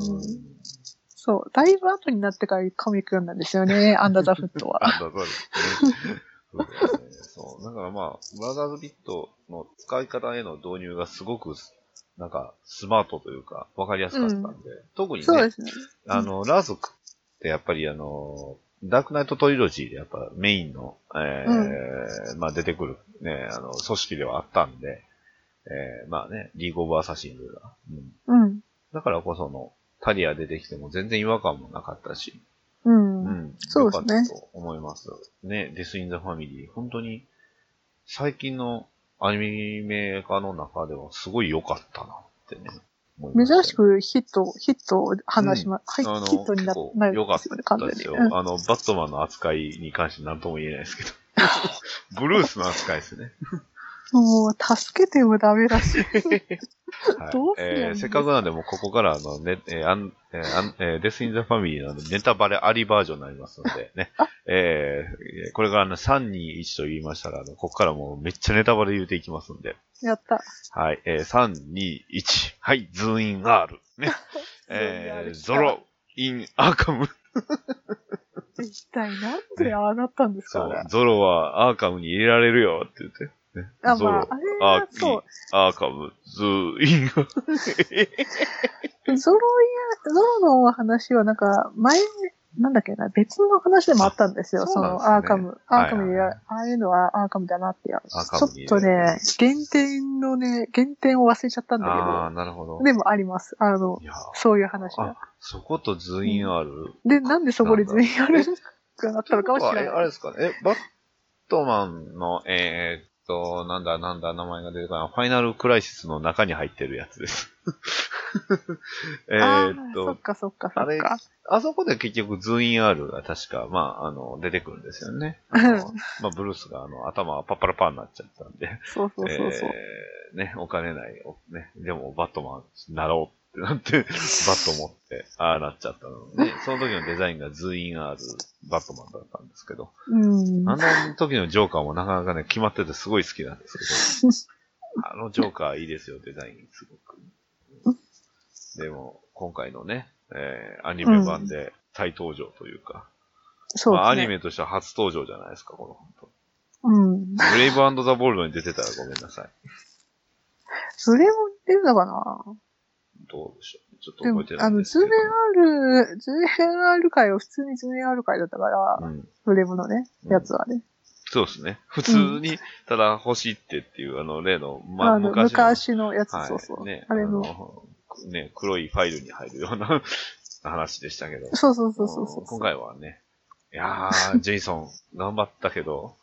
S5: そう。だいぶ後になってからコミック読んだんですよね、アンダーザフットは。
S4: あ、そうですね。そうですね。そう。だからまあ、ブラザーズビットの使い方への導入がすごく、なんか、スマートというか、わかりやすかったんで、特に
S5: そうで
S4: ね、
S5: すね。
S4: あの、ラーズってやっぱりあの、ダークナイトトリロジーでやっぱメインの、えーまあ出てくる、ね、あの、組織ではあったんで、えーまあね、リーグオブアサシングが、うん、
S5: うん。
S4: だからこその、タリア出てきても全然違和感もなかったし、
S5: う。
S4: うんん。
S5: そうですね
S4: 良かったと思います。ね、デス・イン・ザ・ファミリー、本当に、最近のアニメ化の中ではすごい良かったなってね。
S5: 珍し
S4: く
S5: くヒット、ヒットを話しま、はい、
S4: あの、
S5: ヒットに
S4: 結
S5: な
S4: 構
S5: な
S4: 良かった
S5: 完
S4: です
S5: 全
S4: よ
S5: に。うん。
S4: あの、バットマンの扱いに関して何とも言えないです
S5: *laughs*
S4: けど。ブルースの扱いですね。
S5: もう、助けてもダメだし。
S4: はい
S5: どうすりゃいい
S4: え
S5: んで
S4: ー
S5: す
S4: せっかくなんで、もうここからあの、ね、えーアンえーアンえーデス・イン・ザ・ファミリーなんで、ネタバレありバージョンになりますので、ね。えーこれからね、3、2、1と言いましたら、あの、ここからもうめっちゃネタバレ言うていきますんで。
S5: やった。
S4: はい、えー、3、2、1。はい、ズーイン R。ね。えー、ゾロ、イン、アーカム。
S5: 一体なんでああなったんです
S4: そ
S5: か、
S4: う
S5: ね、、
S4: ゾロはアーカムに入れられるよって言って。ね
S5: あ、
S4: ゾロ、
S5: まあ、あれは
S4: ア、ー
S5: そ
S4: アーカム、ズーイン R。
S5: *laughs* う、ゾロや、ゾロの話はなんか、前、なんだっけな、別の話でもあったんですよ。
S4: あ
S5: そ
S4: そうなんですね
S5: の、アーカム、アーカムでや、
S4: はいはい
S5: ああいうのはアーカムだなってや、ち
S4: アーカ
S5: ょ
S4: ムに
S5: っとね、原点のね、原点を忘れちゃったん
S4: ああ、
S5: だ
S4: なるほど
S5: けど、。でもあります。あの
S4: い、や
S5: そういう話
S4: あ
S5: が。、
S4: そことズーイン R?
S5: で、なんでそこで全員やるがなったのかもし
S4: え
S5: れない。
S4: あれですかねえ、バットマンの、えーっと、なんだなんだ名前が出てこない。ファイナルクライシスの中に入ってるやつです。
S5: *laughs*
S4: え
S5: あ
S4: ーっ
S5: ーそ
S4: と
S5: っ、かそっかそ
S4: あれ
S5: っか。
S4: あそこで結局、ズーイン R が確か、まあ、あの、出てくるんですよね。あの
S5: *laughs* う
S4: まあ、ブルースが、あの、頭がパッパラパーになっちゃったんで。
S5: そうそうそうそう。
S4: えーね、お金ないよ。ね、でも、バットマンになろうってなって、バ
S5: *laughs*
S4: ット持って、ああなっちゃったので、その時のデザインがズイン R、バットマンだったんですけど、
S5: うん。 *laughs*
S4: あの時のジョーカーもなかなかね、決まっててすごい好きなんですけど、あのジョーカーいいですよ、デザイン、すごく。でも、今回のね、えーアニメ版で再登場というか、
S5: そう
S4: まあ、ア
S5: です
S4: ニ
S5: ね。
S4: メとしては初登場じゃないですか、この本当。
S5: うん。
S4: ブレイブザ・ボールドに出てたらごめんなさい。
S5: それも出るのかな
S4: どうでしょう。ちょっと
S5: で
S4: 覚
S5: も
S4: えて、な
S5: あ
S4: いん
S5: の、
S4: です
S5: ズ
S4: けど。
S5: ーメンある、ズーメンある会は普通にズーメンある会だったから、
S4: うん、
S5: フレームのね、
S4: うん
S5: やつはね。
S4: そうですね。普通に、ただ欲しいってっていう、あの、例の、ま
S5: あの、
S4: 昔の。
S5: 昔のやつ、
S4: はい、
S5: そうそう。
S4: ね、
S5: あれの、
S4: の。ね、黒いファイルに入るような *laughs* 話でしたけど。
S5: そうそうそうそうそう。
S4: 今回はね、いやー、ジェイソン、 *laughs* 頑張ったけど、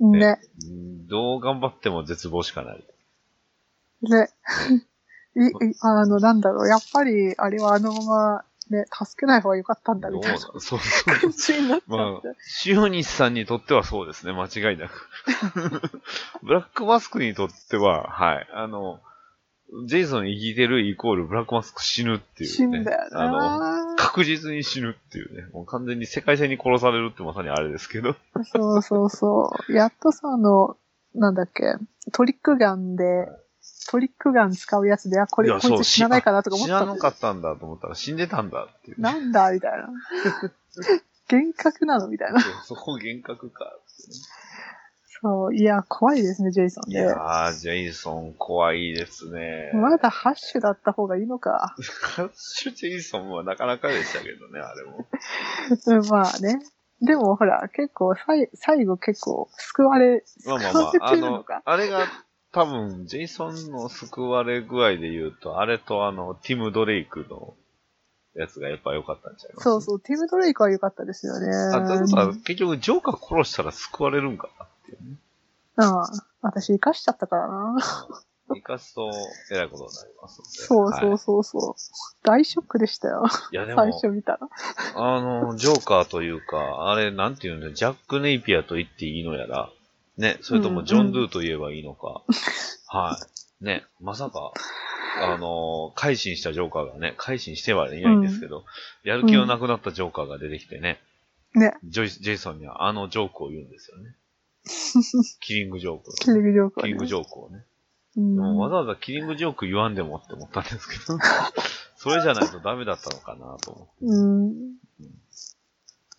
S5: ね。ね。
S4: うんどう頑張っても絶望しかない。
S5: *laughs* いいあの、なんだろう、やっぱり、あれはあのまま、ね、助けない方が良かったんだ、
S4: ど
S5: み
S4: う
S5: た
S4: な
S5: いな
S4: そうそう。
S5: 感じになっち
S4: *laughs*
S5: ゃ
S4: ま
S5: って
S4: あ。、塩西さんにとってはそうですね、間違いな
S5: *laughs*
S4: く。ブラックマスクにとっては、はい、あの、ジェイソン生きてるイコールブラックマスク死ぬっていう、ね。
S5: 死んだよ
S4: あの、
S5: な
S4: 確実に死ぬっていうね。もう完全に世界線に殺されるってまさにあれですけど。
S5: そうそうそう。やっとさ、あの、なんだっけ、トリックガンで、トリックガン使うやつで、あ、こ
S4: い
S5: れ、
S4: や
S5: こい
S4: そう
S5: つ死なないかなとか思
S4: 死
S5: った
S4: な
S5: の
S4: なかったんだと思ったら死んでたんだっていう、ね。
S5: なんだみたいな。幻覚なのみたいな。
S4: *laughs* そうそこ幻覚かってね、
S5: そう。いや、怖いですね、ジェイソン
S4: い
S5: ね。
S4: やー、ジェイソン怖いですね。
S5: まだハッシュだった方がいいのか。 *laughs*
S4: カッシュ・ジェイソンはなかなかでしたけどね、あれ
S5: *laughs*
S4: も。
S5: うんまあね。でもほら、結構、さい最後結構、救われ、救
S4: まあまあま
S5: わ
S4: あ、
S5: れ
S4: あ
S5: てるの
S4: の
S5: か、。
S4: あれが、多分、ジェイソンの救われ具合で言うと、あれとあの、ティム・ドレイクのやつがやっぱ良かったんちゃいます
S5: そうそう、ティム・ドレイクは良かったですよね。
S4: あ、ということは、結局、ジョーカー殺したら救われるんかなっていうね。
S5: うん。私、生かしちゃったからな。
S4: 生かすと、えらいことになりますので。
S5: そうそう
S4: はい
S5: そうそう、大ショックでしたよ。
S4: いや、で
S5: 最
S4: も
S5: 初、見たら。
S4: あの、ジョーカーというか、あれ、なんていうんだ、ジャック・ネイピアと言っていいのやら、ね、それと
S5: う
S4: も
S5: ん
S4: ジョン・ドゥと言えばいいの
S5: *laughs*
S4: か、はい。ね、まさか、あの、改心したジョーカーがね、改心してはいないんですけど、やる気のなくなったジョーカーが出てきてね、
S5: ね。
S4: ジョイジェイソンにはあのジョークを言うんですよ
S5: *laughs*
S4: ね。キリングジョークをね、
S5: キリングジョーク
S4: キ
S5: はね
S4: リングジョークをね。
S5: うん
S4: でもわざわざキリングジョーク言わんでもって思ったんですけど、
S5: *laughs*
S4: それじゃないとダメだったのかなと思って。
S5: うん。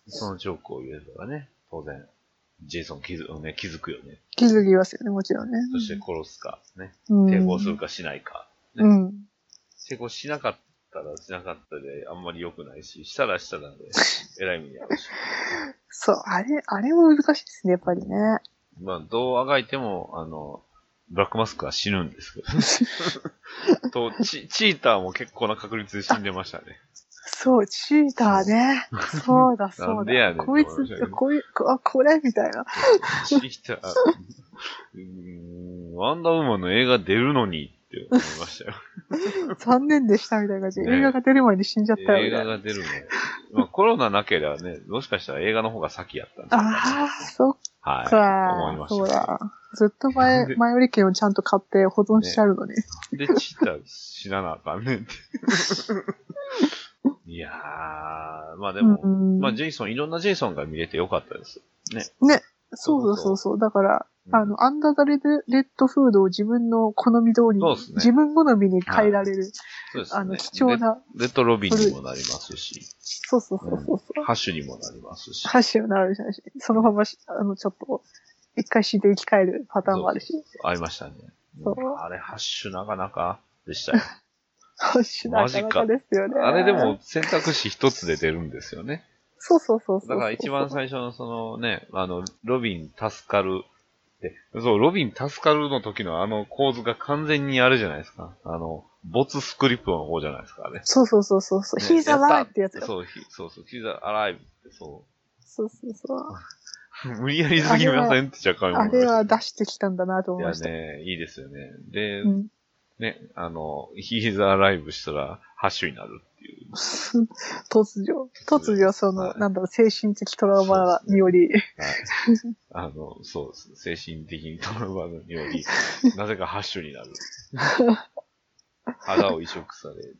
S4: そのジョークを言えばね、当然、ジェイソン気づ,、ね、気づくよね。
S5: 気づきますよね、もちろんね。
S4: そして殺すか、ね、
S5: うん
S4: 抵抗するかしないか。ね
S5: うん。
S4: 抵抗しなかったらしなかったで、あんまり良くないし、したらしたら
S5: *laughs*
S4: で、えらい目に遭うし。
S5: そう、あれ、あれも難しいですね、やっぱりね。
S4: まあ、どうあがいても、あの、ブラックマスクは死ぬんですけ
S5: *laughs*
S4: ど。とチ、チーターも結構な確率で死んでましたね。
S5: そう、チーターね。そうだ、そうだ。
S4: なんでやねん
S5: こい
S4: って思いましたけ
S5: つ、
S4: ど
S5: こい、こあ、これみたいな。 *laughs*
S4: チーター、うーん、ワンダーウーマンの映画出るのにって思いましたよ。
S5: 残念でしたみたいな感じで。
S4: ね
S5: 映画が出る前に死んじゃったよ
S4: 映
S5: みた
S4: 画
S5: いな。
S4: が出るのに。まあ、コロナなければね、もしかしたら映画の方が先やったんです
S5: ああ、そっ
S4: はい。思い
S5: か
S4: ま。した
S5: そうだ。ずっと
S4: なん
S5: 前
S4: で、
S5: 前売り券をちゃんと買って保存してあるのに。
S4: で、チータ死ななあかんねんって。
S5: *laughs*
S4: いやー、まあでも、
S5: うん
S4: まあジェイソン、いろんなジェイソンが見れてよかったです。
S5: そうそうそうそう。だから、
S4: うん
S5: あの、アンダーザレッドフードを自分の好み通り
S4: そう
S5: に
S4: ですね、
S5: 自分好みに変えられる、
S4: そうですね。
S5: あの、貴重な、
S4: レ。レトロビンにもなりますし、
S5: そうそうそうそうそう
S4: う。んハッシュにもなりますし。
S5: ハッシュになるし、そのままし、あの、ちょっと、一回死んで生き返るパターンもあるし、
S4: 合いましたね。
S5: そう
S4: うんあれ、ハッシュなかなかでしたよ。
S5: ハッシュなかなかですよね。
S4: あれでも、選択肢一つで出るんですよね。
S5: そうそうそうそう。
S4: だから一番最初のそのね、あの、ロビン助かる。でそう、ロビン助かるの時のあの構図が完全にあれじゃないですか。あの、没スクリプトの方じゃないですか、あれ。
S5: そうそうそうそうそう。ヒーザーライってやつよ。
S4: そう、ひそうそう、He's alive ってそ
S5: そうそうそう。
S4: う。 *laughs* 無理やりすぎませんって若干思い
S5: あ
S4: ました
S5: れは出してきたんだなと
S4: い
S5: 思い
S4: や
S5: ました。
S4: ね、いいですよね。で、
S5: うん、
S4: ね、あの、He's alive したら、ハッシュになるっていう。
S5: *laughs* 突如、突如その、
S4: はい
S5: なんだろう、精神的トラウマに
S4: *laughs*
S5: より、
S4: はい。あの、そうです。精神的にトラウマによ *laughs* り、なぜかハッシュになる。肌を移植され。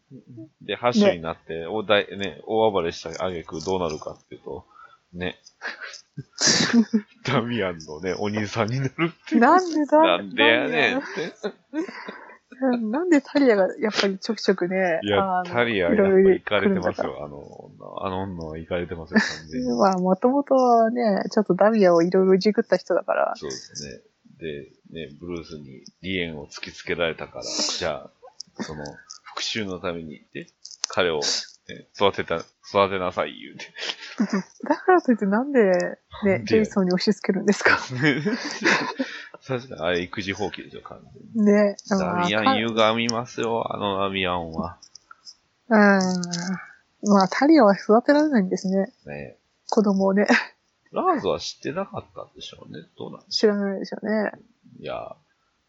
S4: で、ハッシュになって、おだいね、大暴れした挙句どうなるかっていうと、ね。ダミアンの *laughs* ね、お兄さんになるっていう。
S5: なんでだ
S4: なんでやねんっ
S5: な
S4: て。
S5: んでなんでタリアがやっぱりちょくちょくね、
S4: いや
S5: あ、の
S4: タリア、やっ
S5: い
S4: ぱ
S5: ろいろ
S4: 行かれてます
S5: 来るんだか
S4: よ。あの女、あの女は行かれてますよ、完全に
S5: ら。まあ、もともとはね、ちょっとダミアをいろいろいじくった人だから、
S4: そうですね。で、ね、ブルースにリエンを突きつけられたから、じゃあ、その、復讐のために、で、彼を、ね、育てた、育てなさい、言うて。 *laughs*
S5: だからといってなんで、
S4: なん
S5: ね、
S4: で
S5: ジェイソンに押し付けるんですか *laughs*
S4: 確かに、あれ、育児放棄でしょ、完全に。
S5: ね。
S4: ダミ
S5: ま
S4: ア
S5: あ
S4: ン歪みますよ、あのダミアンは。
S5: うん。まあ、タリアは育てられないんですね。
S4: ね
S5: 子供をね。 *laughs*
S4: ラーズは知ってなかったんでしょうね。どうなんでし
S5: 知らないでしょうね。
S4: ょういや、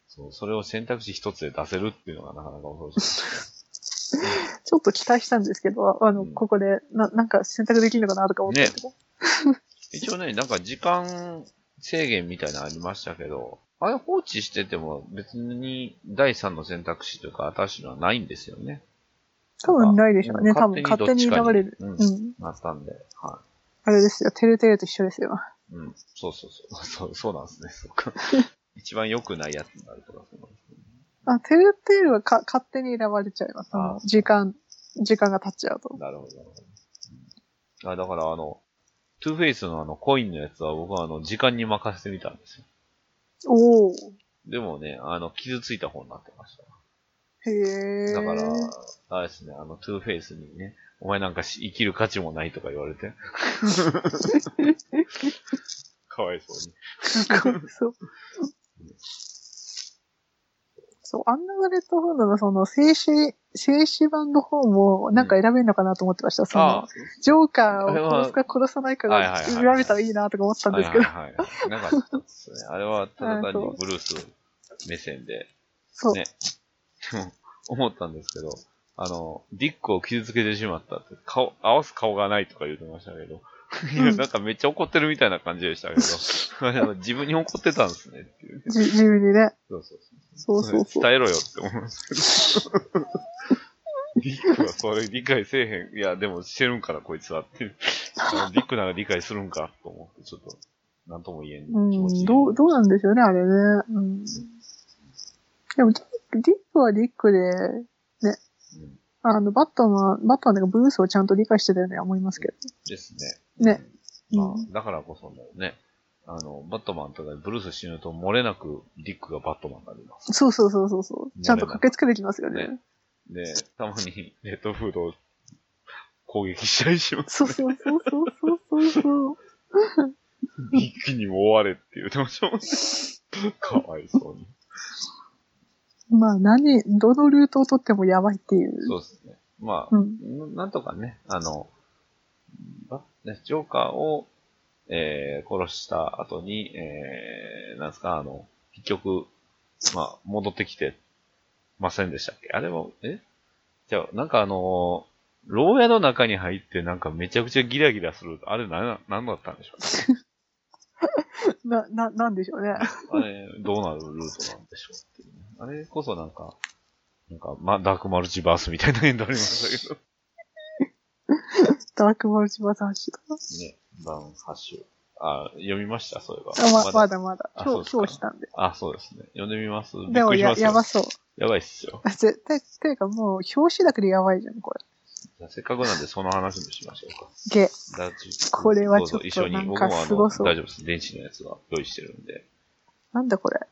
S4: そう、それを選択肢一つで出せるっていうのがなかなか恐ろしいです
S5: ちょっと期待したんですけど、あの、
S4: うん
S5: ここで、な、なんか選択できるのかなとか思ってたけど。
S4: ね。一応ね、なんか時間制限みたいなのありましたけど、あれ放置してても別に第3の選択肢というか新しいのはないんですよね。
S5: 多分ないでしょうね。
S4: うん
S5: 多分勝手に流れる。
S4: どっちかに
S5: う
S4: うん
S5: ん。
S4: なったんで、は
S5: あれですよ。てるてると一緒ですよ。
S4: い。うん。そうそうそう。 *laughs* そう、そうなんですね。そう
S5: *laughs*
S4: か。一番良くないやつになるとか、そうなんですね。
S5: あ、てるてるはか勝手に選ばれちゃいます。あ
S4: あ
S5: の時間、時間が経っちゃうと。
S4: なるほどなるほど。うんあ、だからあの、トゥーフェイスのあのコインのやつは僕はあの、時間に任せてみたんですよ。
S5: おお。
S4: でもね、あの、傷ついた方になってました。
S5: へえ。
S4: だから、あれですね、あの、トゥーフェイスにね、お前なんかし生きる価値もないとか言われ
S5: *laughs*
S4: て。かわいそうに。
S5: そう。そう、アンダーレッドフードのその静止、静止版の方もなんか選べるのかなと思ってました。その
S4: あ、
S5: ジョーカ
S4: あれ
S5: ーを
S4: は
S5: 殺すか殺さないか
S4: はいはいは
S5: が
S4: い
S5: 選べたらいいなとか思ってたん
S4: はい
S5: です
S4: は
S5: け
S4: い
S5: ど、
S4: はい。なかったですね。あれはただ単にブルース目線で、
S5: そう
S4: ね。でも、思ったんですけど、あの、ディックを傷つけてしまったって、顔、合わす顔がないとか言ってましたけど、いや、 *laughs* なんかめっちゃ怒ってるみたいな感じでしたけど、あ *laughs* れは自分に怒ってたんですねっていう。
S5: じ自由にね。
S4: そうそうそう。
S5: そうそうそう。
S4: 伝えろよって思いますけど。リックはそれ理解せえへん。いや、でもしてるんからこいつはって。あのリックなら理解するんかと思って、ちょっと、なんとも言えん気
S5: う
S4: 持ち
S5: ん、
S4: に
S5: どう、どうなんでしょうね、あれね。うん。でも、ディディックはディックで、ね
S4: うん。
S5: あの、バットマン、バットマンがブルースをちゃんと理解してたようには思いますけど。
S4: ですね。
S5: ね
S4: うん。ま
S5: う
S4: あ、だからこそのね、あの、バットマンとかブルース死ぬと漏れなくリックがバットマンになります。
S5: そうそうそうそうそう。ちゃんと駆けつけてきますよね
S4: ね。で、たまにレッドフードを攻撃したり
S5: *laughs*
S4: します。
S5: そうそうそうそうそうそう。
S4: リックにも追われって言ってましたもんね。かわいそうに。
S5: まあ何、どのルートを取ってもやばいっていう。
S4: そうですね。まあ、
S5: うん。
S4: ななんとかね、あの、ばねジョーカーを、えー殺した後に、えーなんですか、あの、結局、まあ、戻ってきてませんでしたっけあれも、えじゃあ、なんかあのー牢屋の中に入ってなんかめちゃくちゃギラギラする。あれなんな、なんだったんでしょ
S5: な、な、なんでしょうね。
S4: うあれ、どうなるルートなんでしょうっていうねあれこそなんか、なんか、ま、ダークマルチバースみたいなエンドありましたけど。
S5: ダークマルチバー雑誌だ。
S4: ね、ダウンハッシュ。あ、読みました、そういえば。
S5: あままだまだ
S4: あ。そうで
S5: 今日、
S4: すか
S5: 今日したんで。
S4: あ、そうですね。読んでみます。び
S5: で
S4: っ
S5: も
S4: くりし
S5: や、
S4: ますよ
S5: やばそう。
S4: やばいっすよ。
S5: 絶対、ていうかもう、表紙だけでやばいじゃん、これ。
S4: じゃあせっかくなんでその話もしましょうか。
S5: ゲ。
S4: ダーチ
S5: *laughs* これはちょっと
S4: どうぞ一緒に
S5: なん
S4: 僕
S5: か
S4: もあ
S5: す
S4: の
S5: ご
S4: 大
S5: そう
S4: 丈夫です。電池のやつは用意してるんで。
S5: なんだこれ。 *laughs*
S4: はい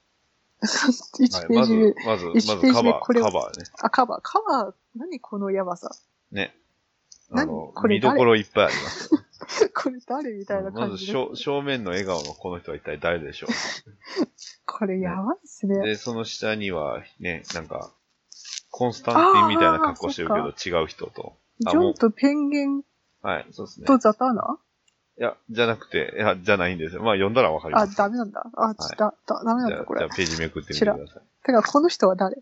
S5: 1ペ
S4: ま
S5: ージ目、
S4: ず、まず、ま
S5: 1ペ
S4: ず
S5: ージ目
S4: カバ
S5: これ
S4: ー、
S5: を
S4: カバーね。
S5: あ、カバー。カバー、何このやばさ。 *laughs*
S4: ね。
S5: 何
S4: あの、
S5: これ
S4: 見どころいっぱいあります。
S5: これ誰みたいな
S4: ま
S5: 感
S4: ず
S5: じで。
S4: 正、正面の笑顔のこの人は一体誰でしょ
S5: これやばいっす
S4: う。
S5: ね。
S4: で、その下には、ね、なんか、コンスタンティンみたいな格好してる
S5: あ
S4: けど違う人と。
S5: ジ
S4: あ
S5: ョ
S4: もう
S5: ンとペンゲン
S4: はい、そうですね。
S5: とザターナ
S4: いや、じゃなくて、いや、じゃないんですよ。まあ、読んだらわかりま
S5: あ、
S4: す。
S5: ダメなんだ。あ、ちだ、だ、ダメなん
S4: じゃ
S5: だ、
S4: あ
S5: こ、
S4: じ
S5: れ
S4: ゃ。あページめくってみてください。
S5: てか、この人は誰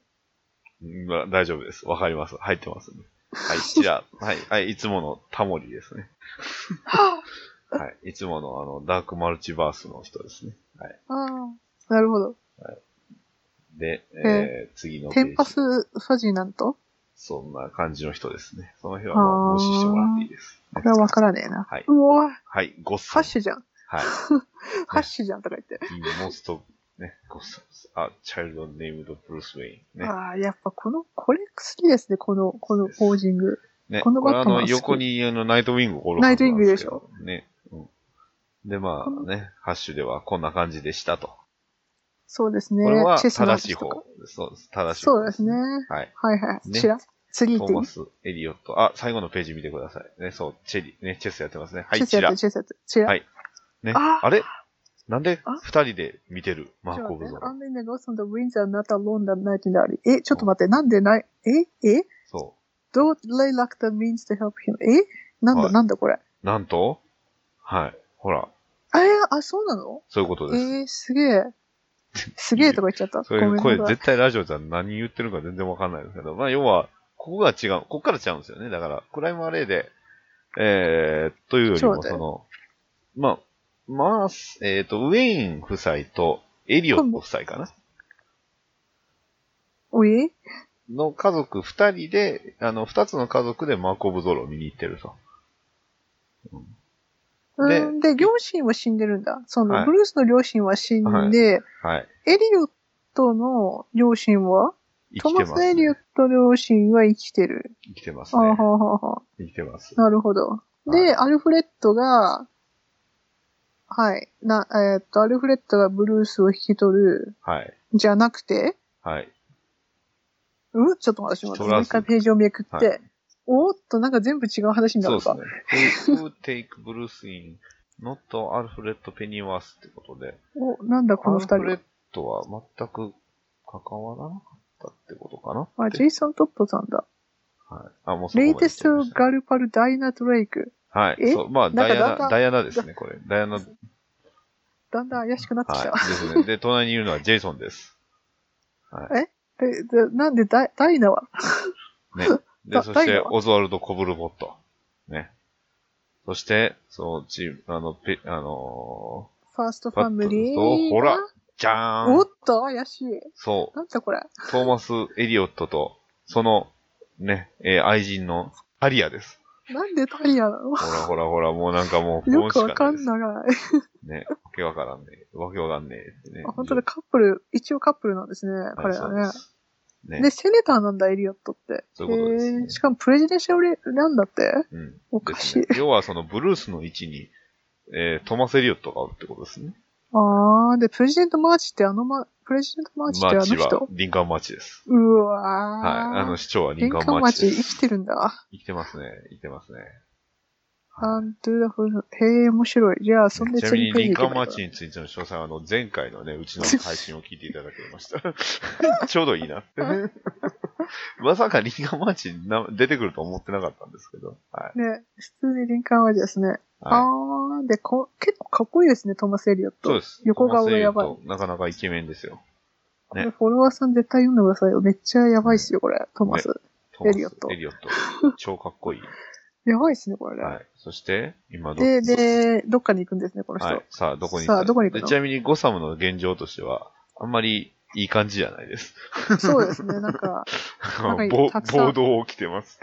S4: うんまあ、大丈夫です。わかります。入ってます、ね。
S5: *laughs*
S4: はい、ちら。はい、はい、いつものタモリですね。はい、いつものあの、ダークマルチバースの人ですね。はい。
S5: ああ、なるほど。
S4: で、えー
S5: え
S4: 次のペ
S5: テ
S4: ージ
S5: ン。パスファジーなんと
S4: そんな感じの人ですね。その日はもう無視してもらっていいです。
S5: これはわからねえな。
S4: はい。
S5: うわ
S4: はい、ゴッ
S5: ハ
S4: サ
S5: ッ
S4: ン。
S5: シュじゃん。
S4: はい。
S5: ハッシュじゃんとか言って。
S4: モンスト、ね、ゴッサン。あ、チャイルドネームドブルース・ウェイン。ね。
S5: ああ、やっぱこの、これ好きですね、この、このポージング。
S4: ね、
S5: このバットマン
S4: これあの、
S5: 好き
S4: 横にあの、ナイトウィングを
S5: ナイトウィングでしょ。
S4: ね。うん。で、まあね、ハッシュではこんな感じでしたと。
S5: そうですね。
S4: これは
S5: チェスの
S4: 正
S5: 話
S4: しい
S5: とか
S4: 方。そうです。正しい方。
S5: そうですね。
S4: はい。
S5: はいはい。
S4: ね
S5: 知らん次
S4: ト
S5: 行
S4: ー
S5: ってい
S4: マ
S5: い
S4: ス・エリオット。あ、最後のページ見てください。ね、そう、チェリ、ね、チェスやってますね。は
S5: チェ
S4: い、
S5: ス
S4: チ
S5: やっ
S4: ラ
S5: て、。チェスやって。チラ。
S4: はいね。
S5: あ
S4: あれなんで
S5: あ
S4: 二人で見てるマ
S5: ち
S4: ー
S5: ょ
S4: ク・オ
S5: っ
S4: ブ・
S5: と待
S4: ゾ
S5: って
S4: ー
S5: ア
S4: ン。
S5: ンディネゴーソンとウィンザーナタロンダナイトンダリ。え、ちょっと待って、なんでない、え、え、
S4: そ
S5: どう、レイラクタ means to help him。えなん
S4: は
S5: だ、
S4: い
S5: なんだこれ。
S4: う。なんとはい。ほら、
S5: あ、えーあ、そうなの
S4: そういうこと
S5: え
S4: です。
S5: ー、すげえ。すげえとか言っちゃっ
S4: *laughs*
S5: た。
S4: そ
S5: ご
S4: う
S5: めん
S4: いう
S5: な
S4: 声、
S5: さい。
S4: 絶対ラジオじゃ何言ってるか全然わかんないですけど、まあ要は、ここが違う、ここから違うんですよね。だから、クライムアレイで、えー、というより
S5: そう
S4: も
S5: だ
S4: そ
S5: よ
S4: の、まあ、まあ、えっ、と、ウェイン夫妻とエリオット夫妻かな
S5: おい
S4: の家族二人で、あの、二つの家族でマーコ・オブ・ゾロを見に行ってると。
S5: う
S4: で
S5: んで、両親は死んでるんだ。そ
S4: は
S5: の、
S4: い
S5: ブルースの両親は死んで、
S4: はい。
S5: エリオットの両親は
S4: 生
S5: ト
S4: きて
S5: マ
S4: ま
S5: ス・
S4: す、
S5: エリオ
S4: ね
S5: ッ。ト両親は生きてる。
S4: 生きてます
S5: あは
S4: ね。
S5: はは。
S4: 生きてます。
S5: なるほど。
S4: は
S5: で、
S4: い
S5: アルフレッドが、はい。な、えーっと、アルフレッドがブルースを引き取る、
S4: はい。
S5: じゃなくて、
S4: はい。
S5: うんちょっと待って、ちょっ
S4: ト
S5: と待っても
S4: ラ
S5: う
S4: ンス
S5: 一回ページをめくって、
S4: はい
S5: おーっと、なんか全部違う話にな
S4: そう
S5: る
S4: です
S5: か。
S4: ね。Who- Who take Bruce in, not Alfred Pennyworth ってことで。
S5: お、なんだこの二
S4: アルフレ
S5: 人
S4: ッ。ドは全く関わらなかったってことかな
S5: あ、
S4: って
S5: ジェイソン・トットさんだ。
S4: はい。あ、もうそこまで
S5: レイテス
S4: 行
S5: ト・
S4: っちゃいま
S5: ガルパル・ダイナ・ドレイク。
S4: したはい。
S5: え
S4: そう、まあ、
S5: な
S4: ダ
S5: ん
S4: イ
S5: か
S4: ア
S5: だ
S4: ナ、
S5: んだん
S4: ダイアナですね、これ。ダイアナ、はい。
S5: だんだん怪しくなってきた。
S4: ですね。で、隣にいるのはジェイソンです。はい。
S5: でで、なんでダイダイナは *laughs*
S4: ね。で、
S5: だ
S4: そし
S5: ダイ
S4: て
S5: アナ、は
S4: オズワルド・コブルボット。ね。そして、そのチーム、あの、ペ、あの
S5: ファースト
S4: ー、
S5: ファミリー
S4: パッと
S5: が。
S4: ほら、じゃ
S5: お
S4: ー
S5: っ
S4: ん
S5: と、怪しい。
S4: そう、
S5: なんだこれ。
S4: トーマス・エリオットと、その、ね、えー愛人のハリアです。
S5: なんでタイヤな
S4: ほ
S5: の
S4: らほらほら、もうなんかもう不
S5: よ
S4: 穏
S5: く
S4: し
S5: わ
S4: かない
S5: か
S4: で
S5: ん
S4: す。
S5: ない。
S4: ね、わけわからんねえ。わけわかんねえってね。
S5: あ本当だ、カップル、一応カップルなんですね、
S4: はい
S5: 彼ら
S4: そう
S5: ね
S4: で。す
S5: で
S4: ね。
S5: セネターなんだ、エリオットって。
S4: そういうことですね
S5: へーしかも、プレジデンシャルレなんだって
S4: うん。
S5: おか
S4: で
S5: し
S4: す
S5: い。
S4: ね。要はそのブルースの位置に、えー、トマス・エリオットがあるってことですね。
S5: あー、で、プレジデントマーチってあのま、プレジデントマーチってあの
S4: マーチは
S5: 人
S4: リンカーンマーチです。
S5: うわー。
S4: はい。あの市長はリ
S5: リ
S4: ン
S5: ン
S4: カ
S5: カ
S4: ー
S5: ー
S4: ンマ
S5: ンマ
S4: ー
S5: ー
S4: チ
S5: チ
S4: で
S5: 生
S4: す。
S5: きてるんだ。
S4: 生きてますね。生きてますね。
S5: ア
S4: はい
S5: ンドゥダフル。へえ、面白い。じゃあ、そんで
S4: ちなみ
S5: 次
S4: に、
S5: ページ
S4: リン
S5: 行
S4: カー
S5: け
S4: ンマ
S5: ばい
S4: ー
S5: い
S4: チについての詳細は、あの、前回のね、うちの配信を聞いていただきました。 *laughs* ちょうどいいなって。
S5: *laughs*
S4: まさかリンカーンマーチにな出てくると思ってなかったんですけど。はい。
S5: のか。ね、普通にリンカーンマーチですね。あ
S4: はい、
S5: ー、でこ、結構かっこいいですね、トマス・エリオット。
S4: そうです。
S5: 横顔がやばい
S4: トマスエリオット。なかなかイケメンですよ。
S5: こ
S4: ね
S5: れフォロワーさん絶対読んでくださいよ。めっちゃやばいっすよ、これ。トーマス。
S4: トーマス
S5: エリオット
S4: エリオット。超かっこいい。
S5: やばいっすね、これ。
S4: はい。そして、今ど、
S5: で、で、どっかに行くんですね、この人。
S4: はい。さあ、どこに
S5: さあどこに行くの
S4: でちなみに、ゴサムの現状としては、あんまりいい感じじゃないです。
S5: *laughs* そうですね、なんか、 *laughs* なんか
S4: 暴
S5: たくさん
S4: 暴動を起きてます。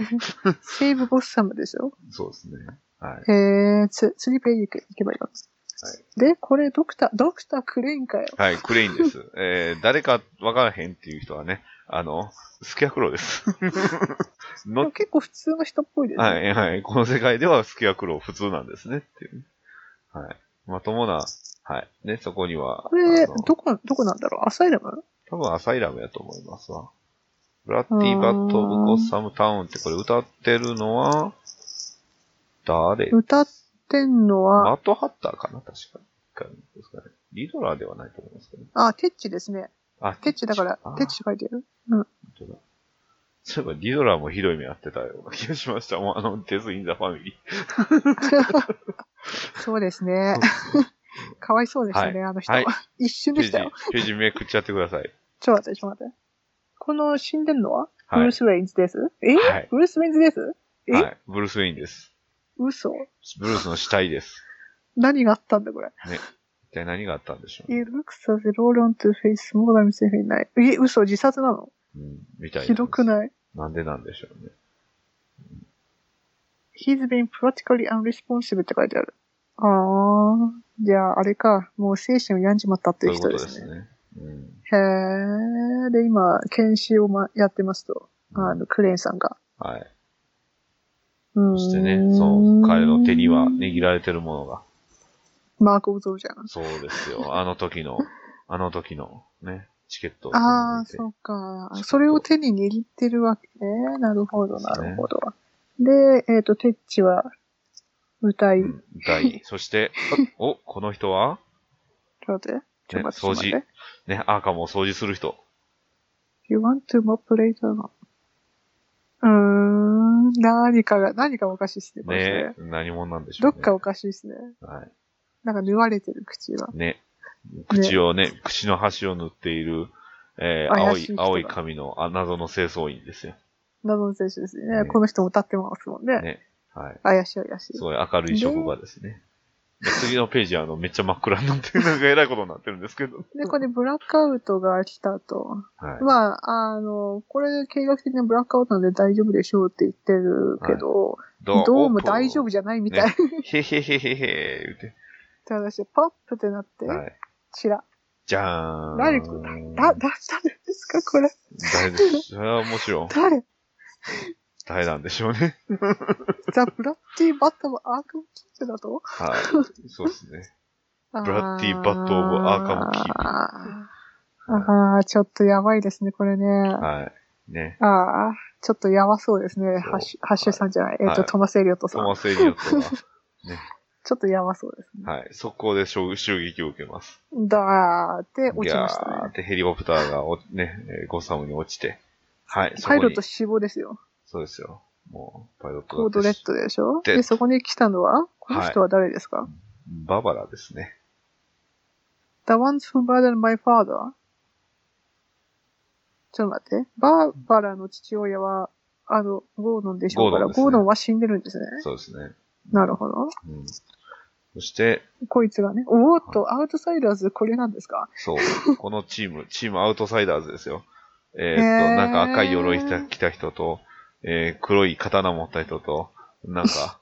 S5: セーブボッサムでしょ
S4: そうですね。はい。
S5: へえ、つ、釣りペイ行け行けばいいの、で、これドクター、ドクタークレインかよ。
S4: はい、クレインです。えー、誰かわからへんっていう人はね、あの、スキャクロウ
S5: *laughs*
S4: です。
S5: で
S4: の
S5: も、結構普通の人っぽいですね。
S4: はい、はい。この世界ではスキャクロウ普通なんですねっていう。はい。まともな、はい。ね、そこには、
S5: これ、
S4: あの
S5: どこ、どこなんだろうアサイラム
S4: 多分アサイラムやと思いますわ。ブラッディ・バット・オブ・ゴッサム・タウンってこれ歌ってるのは、誰
S5: 歌ってんのは、
S4: マット・ハッターかな確かに。ですかね。リドラーではないと思いますけどね。
S5: あ、テッチですね。
S4: あ、
S5: テッチだから
S4: あ、ー
S5: テッチ書いて
S4: *laughs*
S5: る。
S4: 本当だそういえば、リドラーもひどい目やってたような気がしました。もうあの、デズ・イン・ザ・ファミ
S5: *laughs*
S4: リ
S5: そうですね。かわいそうでしたね、あ
S4: ー。
S5: の人。
S4: はい。
S5: 一瞬
S4: ペー
S5: でし
S4: ジ、
S5: たよ。
S4: ページめくっちゃってください。
S5: ちょっと待って、ちょっと待って。この死んでんのは、
S4: はい
S5: ブルース・ウェインズです。え、
S4: はい
S5: ブルース・ウェインズですえ
S4: はい。ブルース・ウェインです。
S5: 嘘
S4: ブルースの死体です。
S5: 何があったんだ、これ。
S4: 一体何があったんでしょう、
S5: It looks as it rolled onto face more than safe in night. え、嘘自殺なの
S4: うん、みたいな。
S5: ひどくない
S4: なんでなんでしょうね。
S5: ?He's been practically unresponsive って書いてある。あー。じゃあ、あれか。もう精神を病んじまったって
S4: そうい
S5: いう
S4: うこと
S5: 人で
S4: です
S5: ね。
S4: すね。うん。
S5: へー。で、今、研修を、ま、やってますと。あの、クレーンさんが。
S4: はい。
S5: そ
S4: そしてね、その彼の手には握られてるものが。
S5: マーク・オブ・ゾウじゃん。
S4: そうです
S5: *laughs*
S4: よ。あの時の、あの時のね、チケットを手に
S5: あ
S4: 入
S5: あ、
S4: れて。
S5: そうか
S4: ちょっ。と
S5: それを手に握ってるわけね。なるほど、
S4: そ
S5: な
S4: うですね
S5: るほど。で、えっ、と、テッチは、歌い、
S4: うん、
S5: *laughs*
S4: 第そして、お、この人は
S5: ちょっと待って。ちょっと待って。
S4: ね掃除
S5: ちょっと待って
S4: ね、アーカムを掃除する人。
S5: You want to mop later? うーん、何かが、何かおかしいっすね、これ
S4: ね、何者なんでしょ
S5: ど
S4: う、ね。
S5: っかおかしいっすね。
S4: は
S5: なんか縫われてる口が。
S4: い。ね、口をね、口の端を塗っている、えー青
S5: 怪しい
S4: い
S5: 人、だ
S4: 青い髪のあ謎の清掃員ですよ。
S5: 謎の選手ですね。
S4: ね
S5: この人も歌ってますもんね。
S4: ね、はい。
S5: 怪しい怪しい
S4: す。ごい明るい職場ですね。で次のページはあの、めっちゃ真っ暗になってる、なんか偉いことになってるんですけど。
S5: で、これブラックアウトが来たと。
S4: はい。
S5: まあ、あの、これ計画的なブラックアウトなんで大丈夫でしょうって言ってるけど、
S4: ど
S5: どうも大丈夫
S4: 夫。
S5: じゃないみたい
S4: ねへへへへへ、言うて。
S5: な話で、パップってなって、
S4: はい。
S5: ちら。
S4: じゃーん。
S5: 誰こだ、だ、誰ですかこれ。
S4: 誰でそれはもちろ
S5: *laughs*
S4: ん、
S5: 誰
S4: 誰なんでしょうね。
S5: ザ・ブラッティ・バットもアーカム・キープだと
S4: はい。そうですね。
S5: ブ
S4: ラッティバットオブアーカムキープ
S5: ああ、ちょっとやばいですね、これね。
S4: はい。ね。
S5: ああ、ちょっとやばそうですね。
S4: そう
S5: ハッシュ、ハッシュさんじゃない。えっ、
S4: は
S5: と、
S4: い
S5: トマス・エリオットさ
S4: ト
S5: ん。
S4: マス・エリオット
S5: ちょっとやばそうですね。
S4: が、はい。速攻で衝襲撃を受けます。
S5: だーって落ちました
S4: ギャーっ
S5: ね。
S4: てヘリコプターがお、ね、えーゴサムに落ちて。はい。そこ
S5: パ
S4: に
S5: イロット死亡ですよ。
S4: そうですよ。もう、パイロット
S5: コードレ
S4: だっ
S5: ッ
S4: て
S5: ドでしょ
S4: で
S5: で、そこに来たのはこの人は誰ですか、
S4: ババラですね。
S5: ?The ones who murdered my father? ちょっと待って。バーバラの父親は、あの、ゴードンでしょうから、
S4: ゴードンですね
S5: ゴードンは死んでるんですね。
S4: そうですね。
S5: なるほど。
S4: うん。そして、
S5: こいつがね。おーっと、アウトサイダーズ、これなんですか
S4: そう、このチーム、チームアウトサイダーズですよ。えーっと、
S5: へー
S4: なんか赤い鎧着た着た人と、えー黒い刀持った人と、なんか、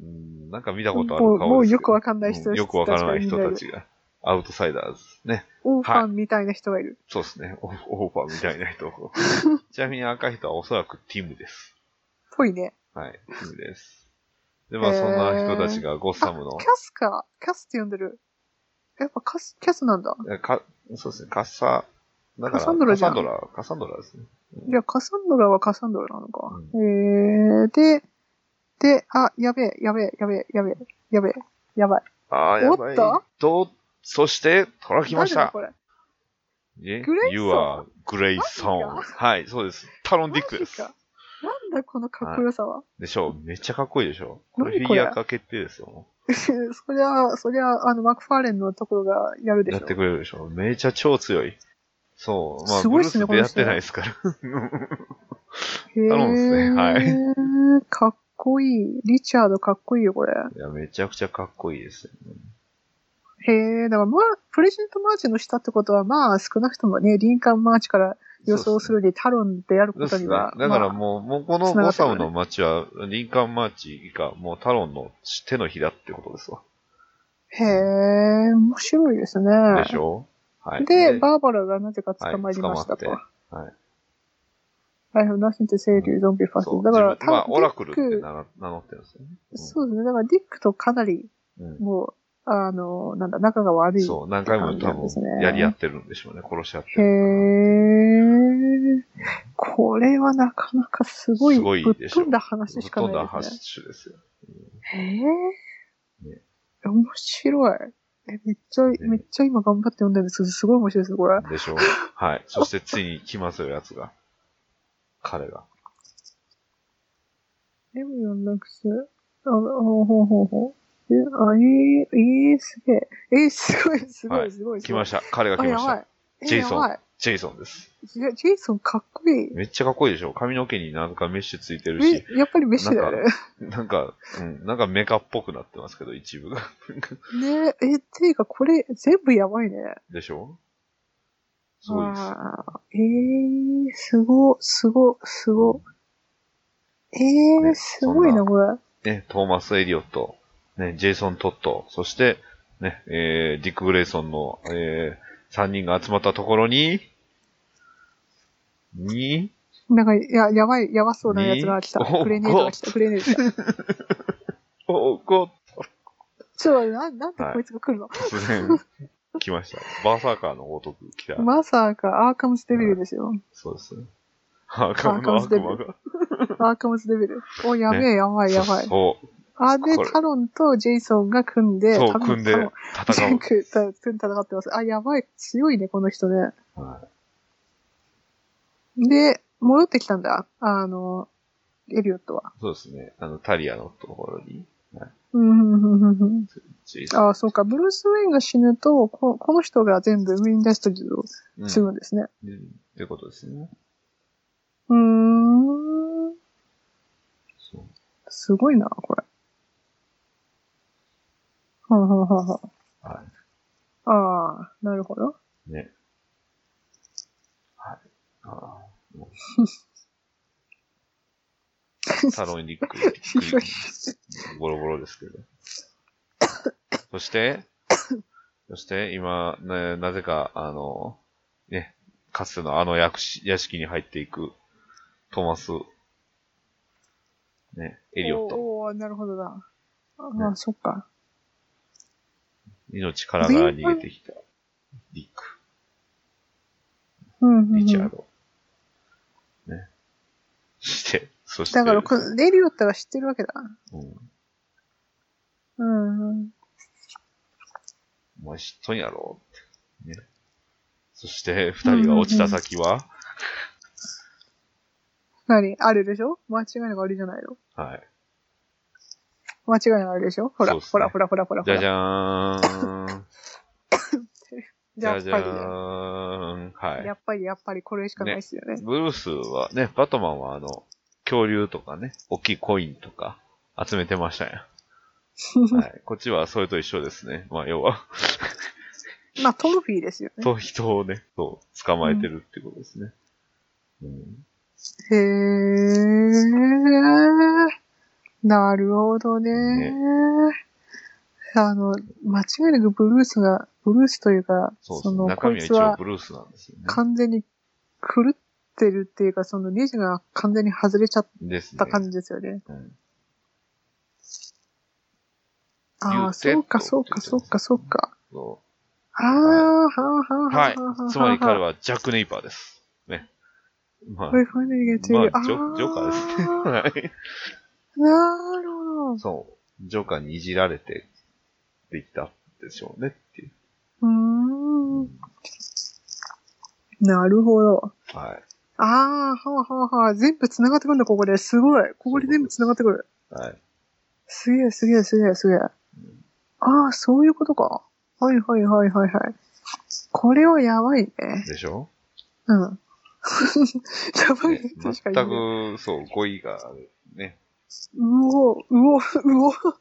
S4: うんなんか見たことある顔ですけど
S5: もうもうよくわかんない人たち
S4: うんよくわからない人たちが、アウトサイダーズ。ね。
S5: オーファンみたいな人がいる。
S4: そうですね。オオーバーみたいな人。ちなみに赤い人はおそらくティムです。
S5: ぽいね。
S4: はい、ティムです。で、まあ、そんな人たちがゴッサムの
S5: キャ、スか。キャスって呼んでる。やっぱカス、キャスなんだ。
S4: かそうですね、カッサ、だから、
S5: カサンドラじゃん
S4: カサンドラ、カサンドラですね。
S5: じゃあ、カサンドラはカサンドラなのか。えー、で、で、あ、やべえ、やべえ、やべえ、やべえ、やべえ、やばい。
S4: ああ、やばい。
S5: おっ
S4: と、そして、届きまし
S5: 誰だ
S4: た
S5: こ。れ。
S4: ね
S5: グレイ
S4: you
S5: ソン
S4: are Grayson.
S5: マジ
S4: はい、そうです。タロン・ディック
S5: マ
S4: で
S5: ジ
S4: す。
S5: か。なんだこのかっこよさは。 *laughs*
S4: でしょうめっちゃかっこいいでしょこれフ
S5: 何
S4: ィ
S5: こ
S4: ギ
S5: れ
S4: ュア化決定ですよ。も
S5: そりゃ、そりゃ、あの、マクファーレンのところがやる
S4: う
S5: でし
S4: や
S5: ょ
S4: ってくれるでしょめちゃ超強い。そう。まあ、
S5: すごいっすね
S4: ブルースでやってない
S5: この
S4: ですから。 *laughs* 頼
S5: 頼
S4: むっすねはい
S5: かっこいい。リチャードかっこいいよ、これ。
S4: いや、めちゃくちゃかっこいいですよね。
S5: へえ、だからまあ、プレジデントマーチの下ってことは、まあ、少なくともね、リンカーンマーチから予想するに、タロンである
S4: そう
S5: こ
S4: っす
S5: と
S4: ね。
S5: に
S4: だ
S5: は
S4: か。ら
S5: まあ
S4: もう、もうこの
S5: 繋が
S4: ゴ
S5: ってく
S4: サ
S5: る
S4: ムの街は、リンカーンマーチがもうタロンの手のひらってことですわ。
S5: へえ、面白いですね。
S4: でしょはい。
S5: で、バーバラがなぜか捕ま
S4: はい
S5: りましたと。
S4: 捕まってはい
S5: ライフ、ナッシング、セイリュー、ゾンビ、ファス
S4: そ
S5: ト。
S4: う
S5: だから、
S4: 自分まあ、
S5: 多分
S4: オラクルっ
S5: デ
S4: て
S5: ィック
S4: 名乗名乗ってるんですよね。うん
S5: そうですね。だから、ディックとかなり、
S4: うん
S5: もう、あの、なんだ、仲が悪い。
S4: そう、何回も多
S5: ですね
S4: 分、やり合ってるんでしょうね。殺し合って
S5: へ
S4: る
S5: え。これはなかなかすごい、
S4: すごい
S5: ぶっ
S4: でしょ
S5: 飛んだ
S4: から。
S5: 話
S4: ぶ
S5: し
S4: っ
S5: か
S4: 飛ん
S5: な
S4: だ
S5: いですね。
S4: 話ですよ。
S5: へえ
S4: ね。
S5: 面白い。え、めっちゃ、めっちゃ今頑張って読んでるんですけど、すごい面白いです、これ。
S4: でしょはい。そして、ついに来ますよ、やつが。彼が。
S5: レムヨンランクス。あ、あほうほうほうほう。え、あ、えー、えー、すげえ。えー、すごい、すご
S4: はい
S5: い、すごい。
S4: 来ま
S5: し
S4: した。彼が来
S5: あ、
S4: ま
S5: や
S4: し
S5: ば
S4: た。
S5: い。え
S4: ジェイソン
S5: やばい
S4: ジェイソンです。
S5: ジェジェイソンかっこいい。
S4: めっちゃかっこいいでしょ髪の毛になんかメッシュついてるし、
S5: え、やっぱりメッシュだよね。
S4: なんか、うん、なんかメカっぽくなってますけど、一部が。
S5: ねえ、ていうかこれ全部やばいね。
S4: でしょすごいです。
S5: あーえー、すご、すご、すご。えー、
S4: ね
S5: すごい
S4: そ
S5: な、
S4: んな
S5: これ。
S4: ね、トーマス・エリオット、ね、ジェイソン・トット、そして、ね、えー、ディック・グレイソンの、えー、3人が集まったところに、に、
S5: なんか、や、やばい、やばそうなやつが来た。
S4: ねお
S5: グレネードが来た、グレネード来た。
S4: お、こ、
S5: ちょ、な、なんで
S4: はい
S5: こいつが来るの、
S4: 突然、来ま
S5: *laughs*
S4: した。バーサーカーのごとく来た。
S5: まさか、アーカムスデビルですよ。
S4: そうですね。アーカムの
S5: アーカムスデ
S4: 悪魔
S5: ビル
S4: が。
S5: アーカムスデビル。お、やべえ、やばい、やばい。
S4: そう。
S5: あ、で
S4: これ、
S5: タロンとジェイソンが組んで、
S4: そう
S5: タロン
S4: 組んで
S5: *laughs* タロン
S4: 戦う。
S5: 組んで組んで戦ってます。あ、やばい、強いね、この人ね。
S4: は
S5: で、戻ってきたんだ。あの、エリオットは。
S4: そうですね。あの、タリアのところに、
S5: うんうんうんうんうん
S4: ジェイソン
S5: ああ、そうか。ブルース・ウェインが死ぬと、ここの人が全部ウィン・ダストリーを
S4: うん
S5: 継ぐんですね。
S4: でということですね。
S5: うーん。ん
S4: そう。
S5: すごいな、これ。はあ、はあはあは
S4: は
S5: あ、ああ、なるほど。
S4: い。ね。はい。あ
S5: *laughs*
S4: あ。もうサロンにびっくり、びっ
S5: *laughs*
S4: くり、ボロボロですけど。そして、そして、今、ね、なぜか、あの、ね、かつてのあの屋敷屋敷に入っていく、トーマス、ね、エリオット、
S5: おおーなるほどな。ああ、
S4: ね
S5: そっか。
S4: 命からがら逃げてきた、ディック。
S5: うんうん、うん。
S4: リチャード。ね。して、そして。
S5: だからこ、エリオットが知ってるわけだ。
S4: うん。
S5: うんうん。
S4: お前知っとんやろって。ね。そして、二人が落ちた先は、
S5: 何あれでしょ間違いなくあれじゃないの
S4: はい。
S5: 間違いなくあれでしょほら、
S4: そうっすね
S5: ほら、ほら、ほら、ほら。
S4: じゃじゃ
S5: *laughs*
S4: ーん。
S5: じ
S4: じ
S5: ゃあ
S4: ゃ
S5: やっ
S4: じゃ
S5: ぱり
S4: ーん。は
S5: や
S4: い。
S5: っぱり、やっぱり、これしかないっすよね。
S4: ブルースはね、バットマンはあの、恐竜とかね、大きいコインとか集めてましたや
S5: *laughs*
S4: ん。はい。こっちはそれと一緒ですね。まあ、要は、
S5: まあ、トロフィーですよね。
S4: そう人をね、そう、捕まえてるってことですね。うん。
S5: へー。なるほどね。
S4: ね
S5: あの、間違いなくブルースが、ブルースというか、
S4: そう
S5: そ
S4: ですね。
S5: の、こ
S4: 中身
S5: い
S4: は
S5: つ
S4: 一応
S5: は
S4: ブルースなんですよね。
S5: 完全に狂ってるっていうか、そのネジが完全に外れちゃっ
S4: ですね
S5: た。感じですよね。
S4: うん
S5: あ
S4: 言う
S5: あ、
S4: て
S5: そうか、
S4: と
S5: そうか、そうか、そうか。
S4: そ
S5: ああ、はあ、は
S4: う、
S5: あはあ、 *laughs*
S4: はい
S5: はあ。はあ。
S4: つまり彼はジャック・ネイパーです。ね。まあ、
S5: こう
S4: まあ、
S5: いう風に言っ
S4: ジ
S5: てる。
S4: ョジョーカーですね。
S5: あ
S4: はい
S5: ーなるほど。
S4: *laughs* そう。ジョーカーにいじられてできたんでしょうねっていう。
S5: うーん。なるほど。
S4: は
S5: ああ、はあはあはあ。全部繋がってくるんだ、ここで。すごい。ここで全部繋がってくる。
S4: い。はい。
S5: すげえ、すげえ、すげえ、すげえ。ああ、そういうことか。はいはいはいはいはい。これはやばいね。
S4: でしょ
S5: うん。 *laughs* やばいね。確か
S4: 全
S5: に。
S4: く、そう、語彙が、ね。
S5: うお、うお、うお。こ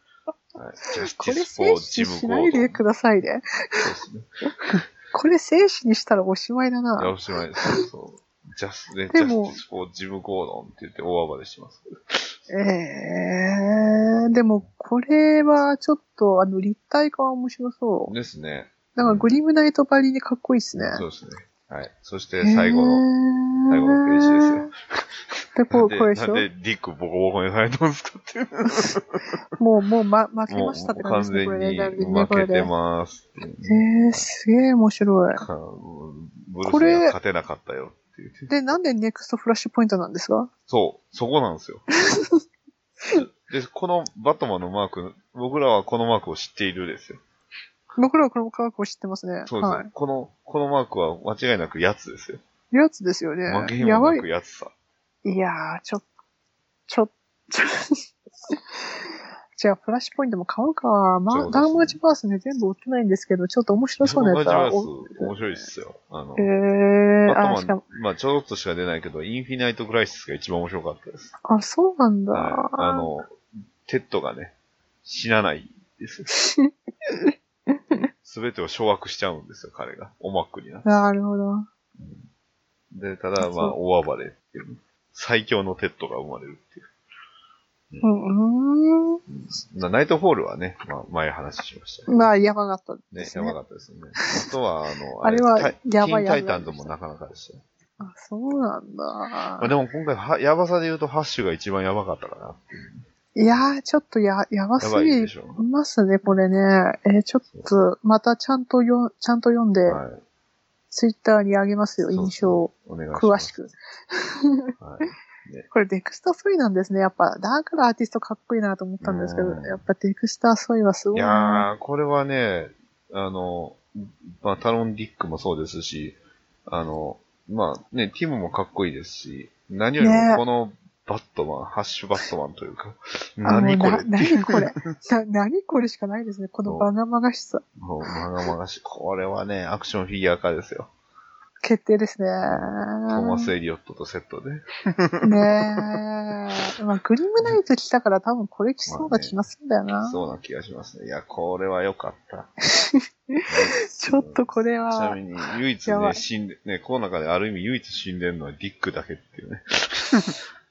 S4: はいジャステ
S5: れ
S4: ィス・フ
S5: 精
S4: ォー・
S5: 子
S4: ジ
S5: に
S4: ム・
S5: し
S4: ゴ
S5: ない
S4: ードン
S5: で。ください
S4: そう
S5: ね。
S4: ですね。
S5: これ精子にしたらおしまいだ
S4: いや、
S5: な。
S4: おしまいです。そう。ジャス、ね、ジャ
S5: で
S4: ステ
S5: も
S4: ィス・フォー・ジム・ゴードンって言って大暴れしてます。
S5: ええでも、これはちょっと、あの、立体感は面白そう。
S4: ですね。
S5: なんか、グリムナイトばりにかっこいいっすね。
S4: そうですね。はい。そして、最後の、
S5: の
S4: 最後のページですよ。
S5: で、こう、これでし
S4: なんで、ディックボコボコにされたんですかっていう。
S5: ょもう、もう、ま、負け
S4: も
S5: ま
S4: う
S5: したって感
S4: 完
S5: じ
S4: 全
S5: ですね、これ
S4: に
S5: ね。ねこ
S4: 負
S5: れ
S4: け
S5: で
S4: てます。
S5: えー、すげえ面白い。
S4: ブルー
S5: こ
S4: ス
S5: れ
S4: には勝てなかったよっていう。
S5: で、なんでネクストフラッシュポイントなんですか
S4: そう、そこなん
S5: *laughs*
S4: ですよ。で、このバットマンのマーク、僕らはこのマークを知っているですよ。
S5: 僕らはこの科学を知ってますね。
S4: そうですね、
S5: はい。
S4: この、このマークは間違いなくやつですよ。
S5: やつですよね。
S4: 負け
S5: や
S4: も
S5: ばい
S4: なく。やつさ。
S5: いやー、ちょ、ちょ、 *laughs* ちょ、じゃあ、フラッシュポイントも買うか。
S4: そう
S5: ま
S4: で
S5: あ、
S4: すね
S5: ダウンマーチバースね、全部売ってないんですけど、ちょっと面白そうなやつ
S4: 同
S5: は。
S4: じやつ、面白いですよ。あの、
S5: え
S4: バ
S5: ー、あ、
S4: ッ
S5: し
S4: ト
S5: か
S4: マ
S5: も、
S4: ン、まあちょろっとしか出ないけど、インフィナイトクライシスが一番面白かったです。
S5: あ、そうなんだ。
S4: はいあの、テッドがね、死なないです。
S5: *laughs*
S4: すべてを掌握しちゃうんですよ、彼が。おまっくになって。
S5: なるほど。
S4: で、ただ、ま
S5: そう
S4: あ、大暴れっていう。最強のテッドが生まれるっていう
S5: うん、う
S4: な。ナイトフォールはね、まあ、前話しましたけ
S5: ー
S4: ど
S5: ん。まあ、やばかったで
S4: ね、
S5: す
S4: や
S5: ね。
S4: ばかったですよね。あとは、あ
S5: *laughs*
S4: の、
S5: あれは
S4: タイ
S5: やばい
S4: ティーンタ
S5: やばい
S4: イタンともなかなかでしたよ。
S5: あ、そうなんだ。
S4: まあ、でも今回は、やばさで言うと、ハッシュが一番やばかったかな。
S5: いやー、ちょっとや、やばす
S4: やばい
S5: ぎ
S4: でしょう。
S5: ますね、これね。えーちょっと、またちゃんとよ、ちゃんと読んで、
S4: はい。
S5: ツイッターにあげますよ、
S4: そう
S5: 印象を。
S4: お願いします。
S5: 詳しく。
S4: はい。
S5: これ、デクスター・ソイなんですね。やっぱ、だからアーティストかっこいいなと思ったんですけど、
S4: うん
S5: やっぱデクスター・ソイはすご
S4: い
S5: い
S4: や
S5: な。
S4: ー、これはね、あの、まあ、タロン・ディックもそうですし、あの、まあね、ティムもかっこいいですし、何より
S5: ね
S4: も
S5: え
S4: このバットマン、ハッシュバットマンというか、
S5: あの
S4: 何これ
S5: な何これな何これしかないですね。このバナマガしさ。
S4: もう、まがまがしい、これはね、アクションフィギュア化ですよ。
S5: 決定ですね。
S4: トーマス・エリオットとセットで。
S5: ねえ。まあ、グリムナイト来たから多分これ来そうな気がするんだよな。
S4: そうな気がしますね。いや、これは良か
S5: *laughs*
S4: った。
S5: ちょっとこれ
S4: ちな
S5: は
S4: み、に、唯一
S5: やば
S4: ね、
S5: い
S4: 死んで、ね、この中である意味唯一死んでるのはディックだけっていう
S5: *laughs*
S4: ね。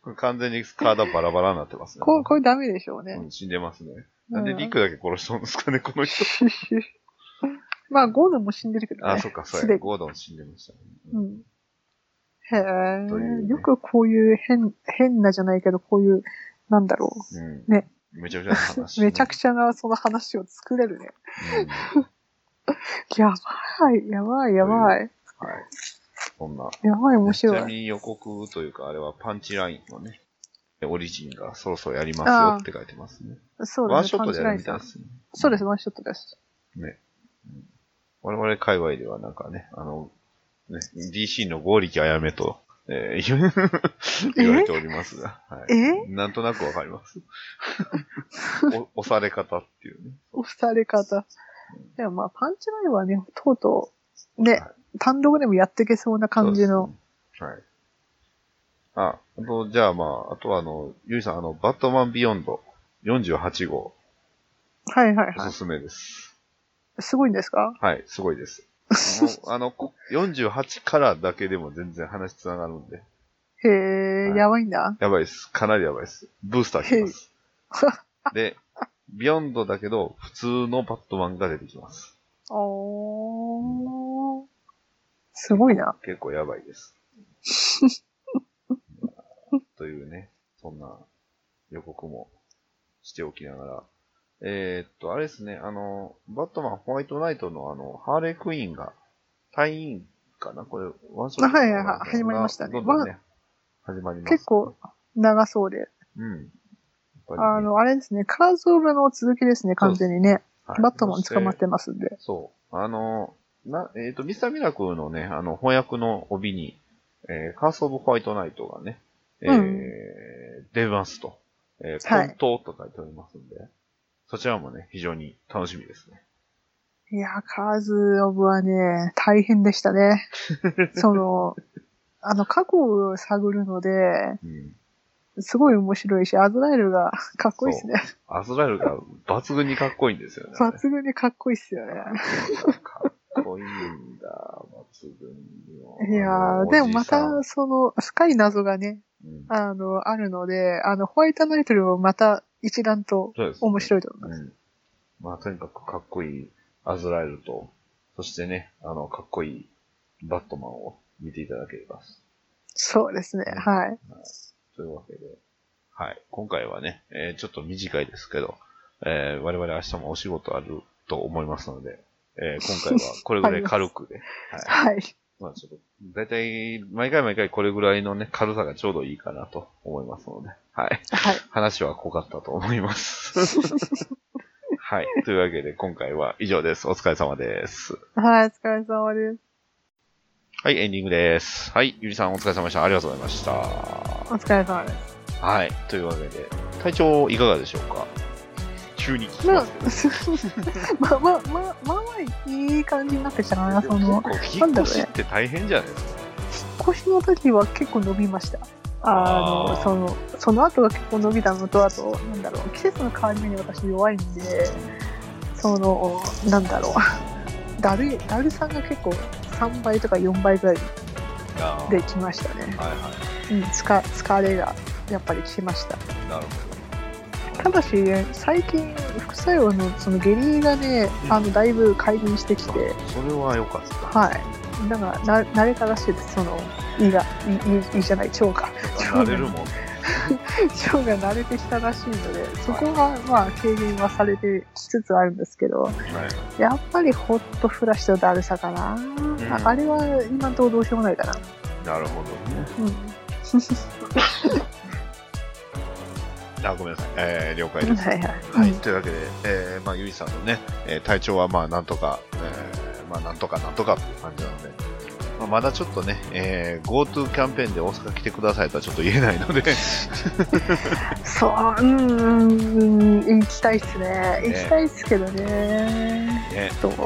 S4: これ完全に体バラバラになってますね。
S5: ここれダメでしょうね。
S4: うん死んでますね。なんで
S5: うん
S4: ディックだけ殺しとんですかね、この
S5: *laughs*
S4: 人。
S5: まあ、ゴードンも死んでるけどね。
S4: あ、そっか、そう
S5: す
S4: や。
S5: でに
S4: ゴードン死んでましたね。
S5: うん。へ
S4: という
S5: え、
S4: ね
S5: よくこういう変、変なじゃないけど、こういう、なんだろ
S4: うん。
S5: ね
S4: めちゃくちゃな話、
S5: う。めちゃくちゃな、その話を作れるね。
S4: うん。はい。
S5: やばい、やばい、やばい。
S4: そんな。
S5: やばい、面
S4: ちな
S5: 白
S4: み
S5: い。
S4: に予告というか、あれはパンチラインのね、オリジンがそろそろやりますよって書いてますね。
S5: そうですね。
S4: ワンショットでやるみた
S5: パ
S4: いで
S5: ンチラインさん
S4: すね。
S5: そうです、ワンショットです。
S4: 我々界隈ではなんかね、あの、ね、DC の合力あやめと、えー *laughs* 言われておりますが、はい、
S5: え
S4: なんとなくわかり
S5: *laughs*
S4: ます。お押され方っていうね。
S5: 押され方。でもまあ、パンチラインはね、とうとう、ね
S4: は、
S5: 単独でもやっていけそうな感じの。
S4: そうですね。はい。あ、あと、じゃあまあ、あとはあの、ゆいさん、あの、バットマンビヨンド48号、
S5: はいはい
S4: お
S5: は
S4: すすめです。
S5: い。すごいんですか
S4: はい、すごい
S5: *laughs*
S4: です。もうあの、こ48からだけでも全然話つながるんで、
S5: へ
S4: は
S5: え、
S4: い
S5: やばいんだ。
S4: やばいです。かなりやばいです。ブースター来
S5: *laughs*
S4: ます。で、ビヨンドだけど、普通のバットマンが出てきます。
S5: おー。すごいな。
S4: 結構やばいです。
S5: *laughs*
S4: というね、そんな予告もしておきながら。えーっと、あれですね、あの、バットマンホワイトナイトのあの、ハーレークイーンが、隊員かなこれ、ワンショット。
S5: はいはいはい始まりましたね
S4: どんどんね。始まります。
S5: 結構。長そうで。
S4: うん。やっぱりね
S5: あの、あれですね、カーズオブの続きですね、完全にね。
S4: はい
S5: バットマン捕まっ
S4: そして
S5: てますんで。
S4: そう。あの、な、えっ、と、ミスターミラクルのね、あの、翻訳の帯に、えー、カースオブホワイトナイトがね、えー
S5: うん
S4: 出ますと。えー、
S5: はい
S4: 混沌と書いておりますんで、そちらもね、非常に楽しみですね。
S5: いや、カーズ・オブはね、大変でし
S4: *laughs*
S5: たね。その、あの、過去を探るので、
S4: うん。
S5: すごい面白いし、アズラエルがかっこいいですね。
S4: アズラエルが抜群にかっこいいんですよね。あれ
S5: 抜群にかっこいいっすよね。
S4: かっこいいんだ、抜群よ
S5: いやー、でもまた、、その、深い謎がね、
S4: うん
S5: あの、あるので、あの、ホワイトナイトルもまた一段と
S4: そうです
S5: 面白いと思います。
S4: うん。まあ、とにかくかっこいいアズラエルと、そしてね、あの、かっこいいバットマンを見ていただければ。
S5: そうですね、
S4: うん
S5: はい。
S4: というわけで、はい。今回はね、えーちょっと短いですけど、えー我々明日もお仕事あると思いますので、えー今回はこれぐらい軽くで、はい。
S5: はい。
S4: まあちょっと、だいたい、毎回毎回これぐらいのね、軽さがちょうどいいかなと思いますので、はい。
S5: はい。
S4: 話は濃かったと思います。はい。というわけで、今回は以上です。お疲れ様です。
S5: はい、お疲れ様です。
S4: はい、エンディングです。はい、ゆりさんお疲れ様でした。ありがとうございました。
S5: お疲れ様です。
S4: はい。というわけで、体調いかがでしょうか急に聞きますけど。
S5: まあまあまあ、まあまあいい感じになってきたかな、そ
S4: でも
S5: の、
S4: 結構引
S5: な
S4: っ
S5: んだろう
S4: 越し
S5: ね
S4: って大変じゃないですか。
S5: 腰の時は結構伸びました。あ
S4: あ
S5: の、
S4: ー
S5: その、その後が結構伸びたのと、あと、なんだろう、季節の変わり目に私弱いんで、その、なんだろう、 *laughs* だるい、だるさんが結構3倍とか4倍ぐらい
S4: あー
S5: できましたね。
S4: はいは
S5: うん、つか疲れがやっぱりきました。
S4: い。なる
S5: ただし、最近、副作用のその下痢がね、あの、だいぶ改善してき
S4: ほ
S5: て、
S4: ど。それは良かった。
S5: *laughs* はい。なんか、な、慣れたらしいです。その、胃が、胃、胃、胃じゃない、腸か。
S4: 慣れるもん。
S5: 腸が慣れてきたらしいので、そこが、まあ、軽減はされてきつつあるんですけど、
S4: はい
S5: やっぱりホットフラッシュとだるさかな。ああれは、今のところどうしようもないかな。
S4: なるほどね。
S5: うん。
S4: あ、ごめんなさい。えー、了解です。
S5: はいはい。
S4: はい、
S5: うん
S4: というわけで、えーまあ、ゆいさんのね、えー体調はまあ、なんとか、えーまあ、なんとかなんとかっていう感じなので、まあ、まだちょっとね、えー GoTo キャンペーンで大阪来てくださいとはちょっと言えない
S5: *laughs*
S4: ので、
S5: そう、うん、うん、うん行きたいっすね。
S4: ね
S5: 行きたいっすけどね。
S4: ね、
S5: と、うん、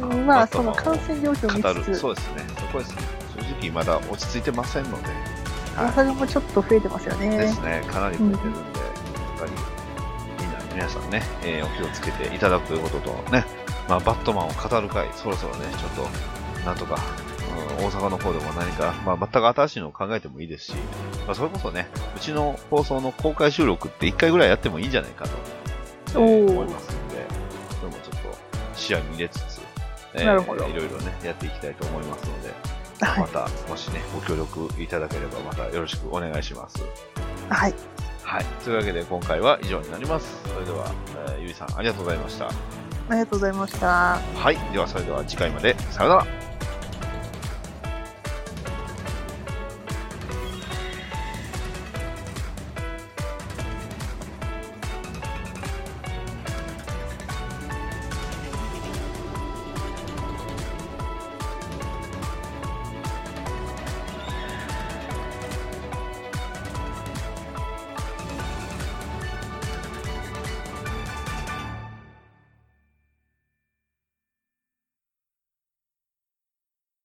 S5: ま
S4: まあ
S5: あ、その感染状況
S4: 語
S5: を見
S4: る。
S5: つつ、
S4: そうですね。そこですね。正直、まだ落ち着いてませんので、
S5: 大阪もちょっと増えてますよ
S4: で
S5: ね
S4: す。ね、かなり増えてるんで、やっぱり、みんな、皆さんね、えーお気をつけていただくということと、ね、まあ、バットマンを語る会、そろそろね、ちょっと、なんとか、うん、大阪の方でも何か、まあ、全く新しいのを考えてもいいですし、まあ、それこそね、うちの放送の公開収録って1回ぐらいやってもいいんじゃないかと、えー
S5: おー
S4: 思いますんで、それもちょっと、試合見れつつ、え
S5: なるほど
S4: いろいろね、やっていきたいと思いますので、
S5: は
S4: また、もしね、ご協力いただければ、またよろしくお願いします。
S5: い。はい。
S4: はい。というわけで今回は以上になります。それでは、えーゆいさんありがとうございました。
S5: ありがとうございました。
S4: はい。ではそれでは次回まで。さよなら。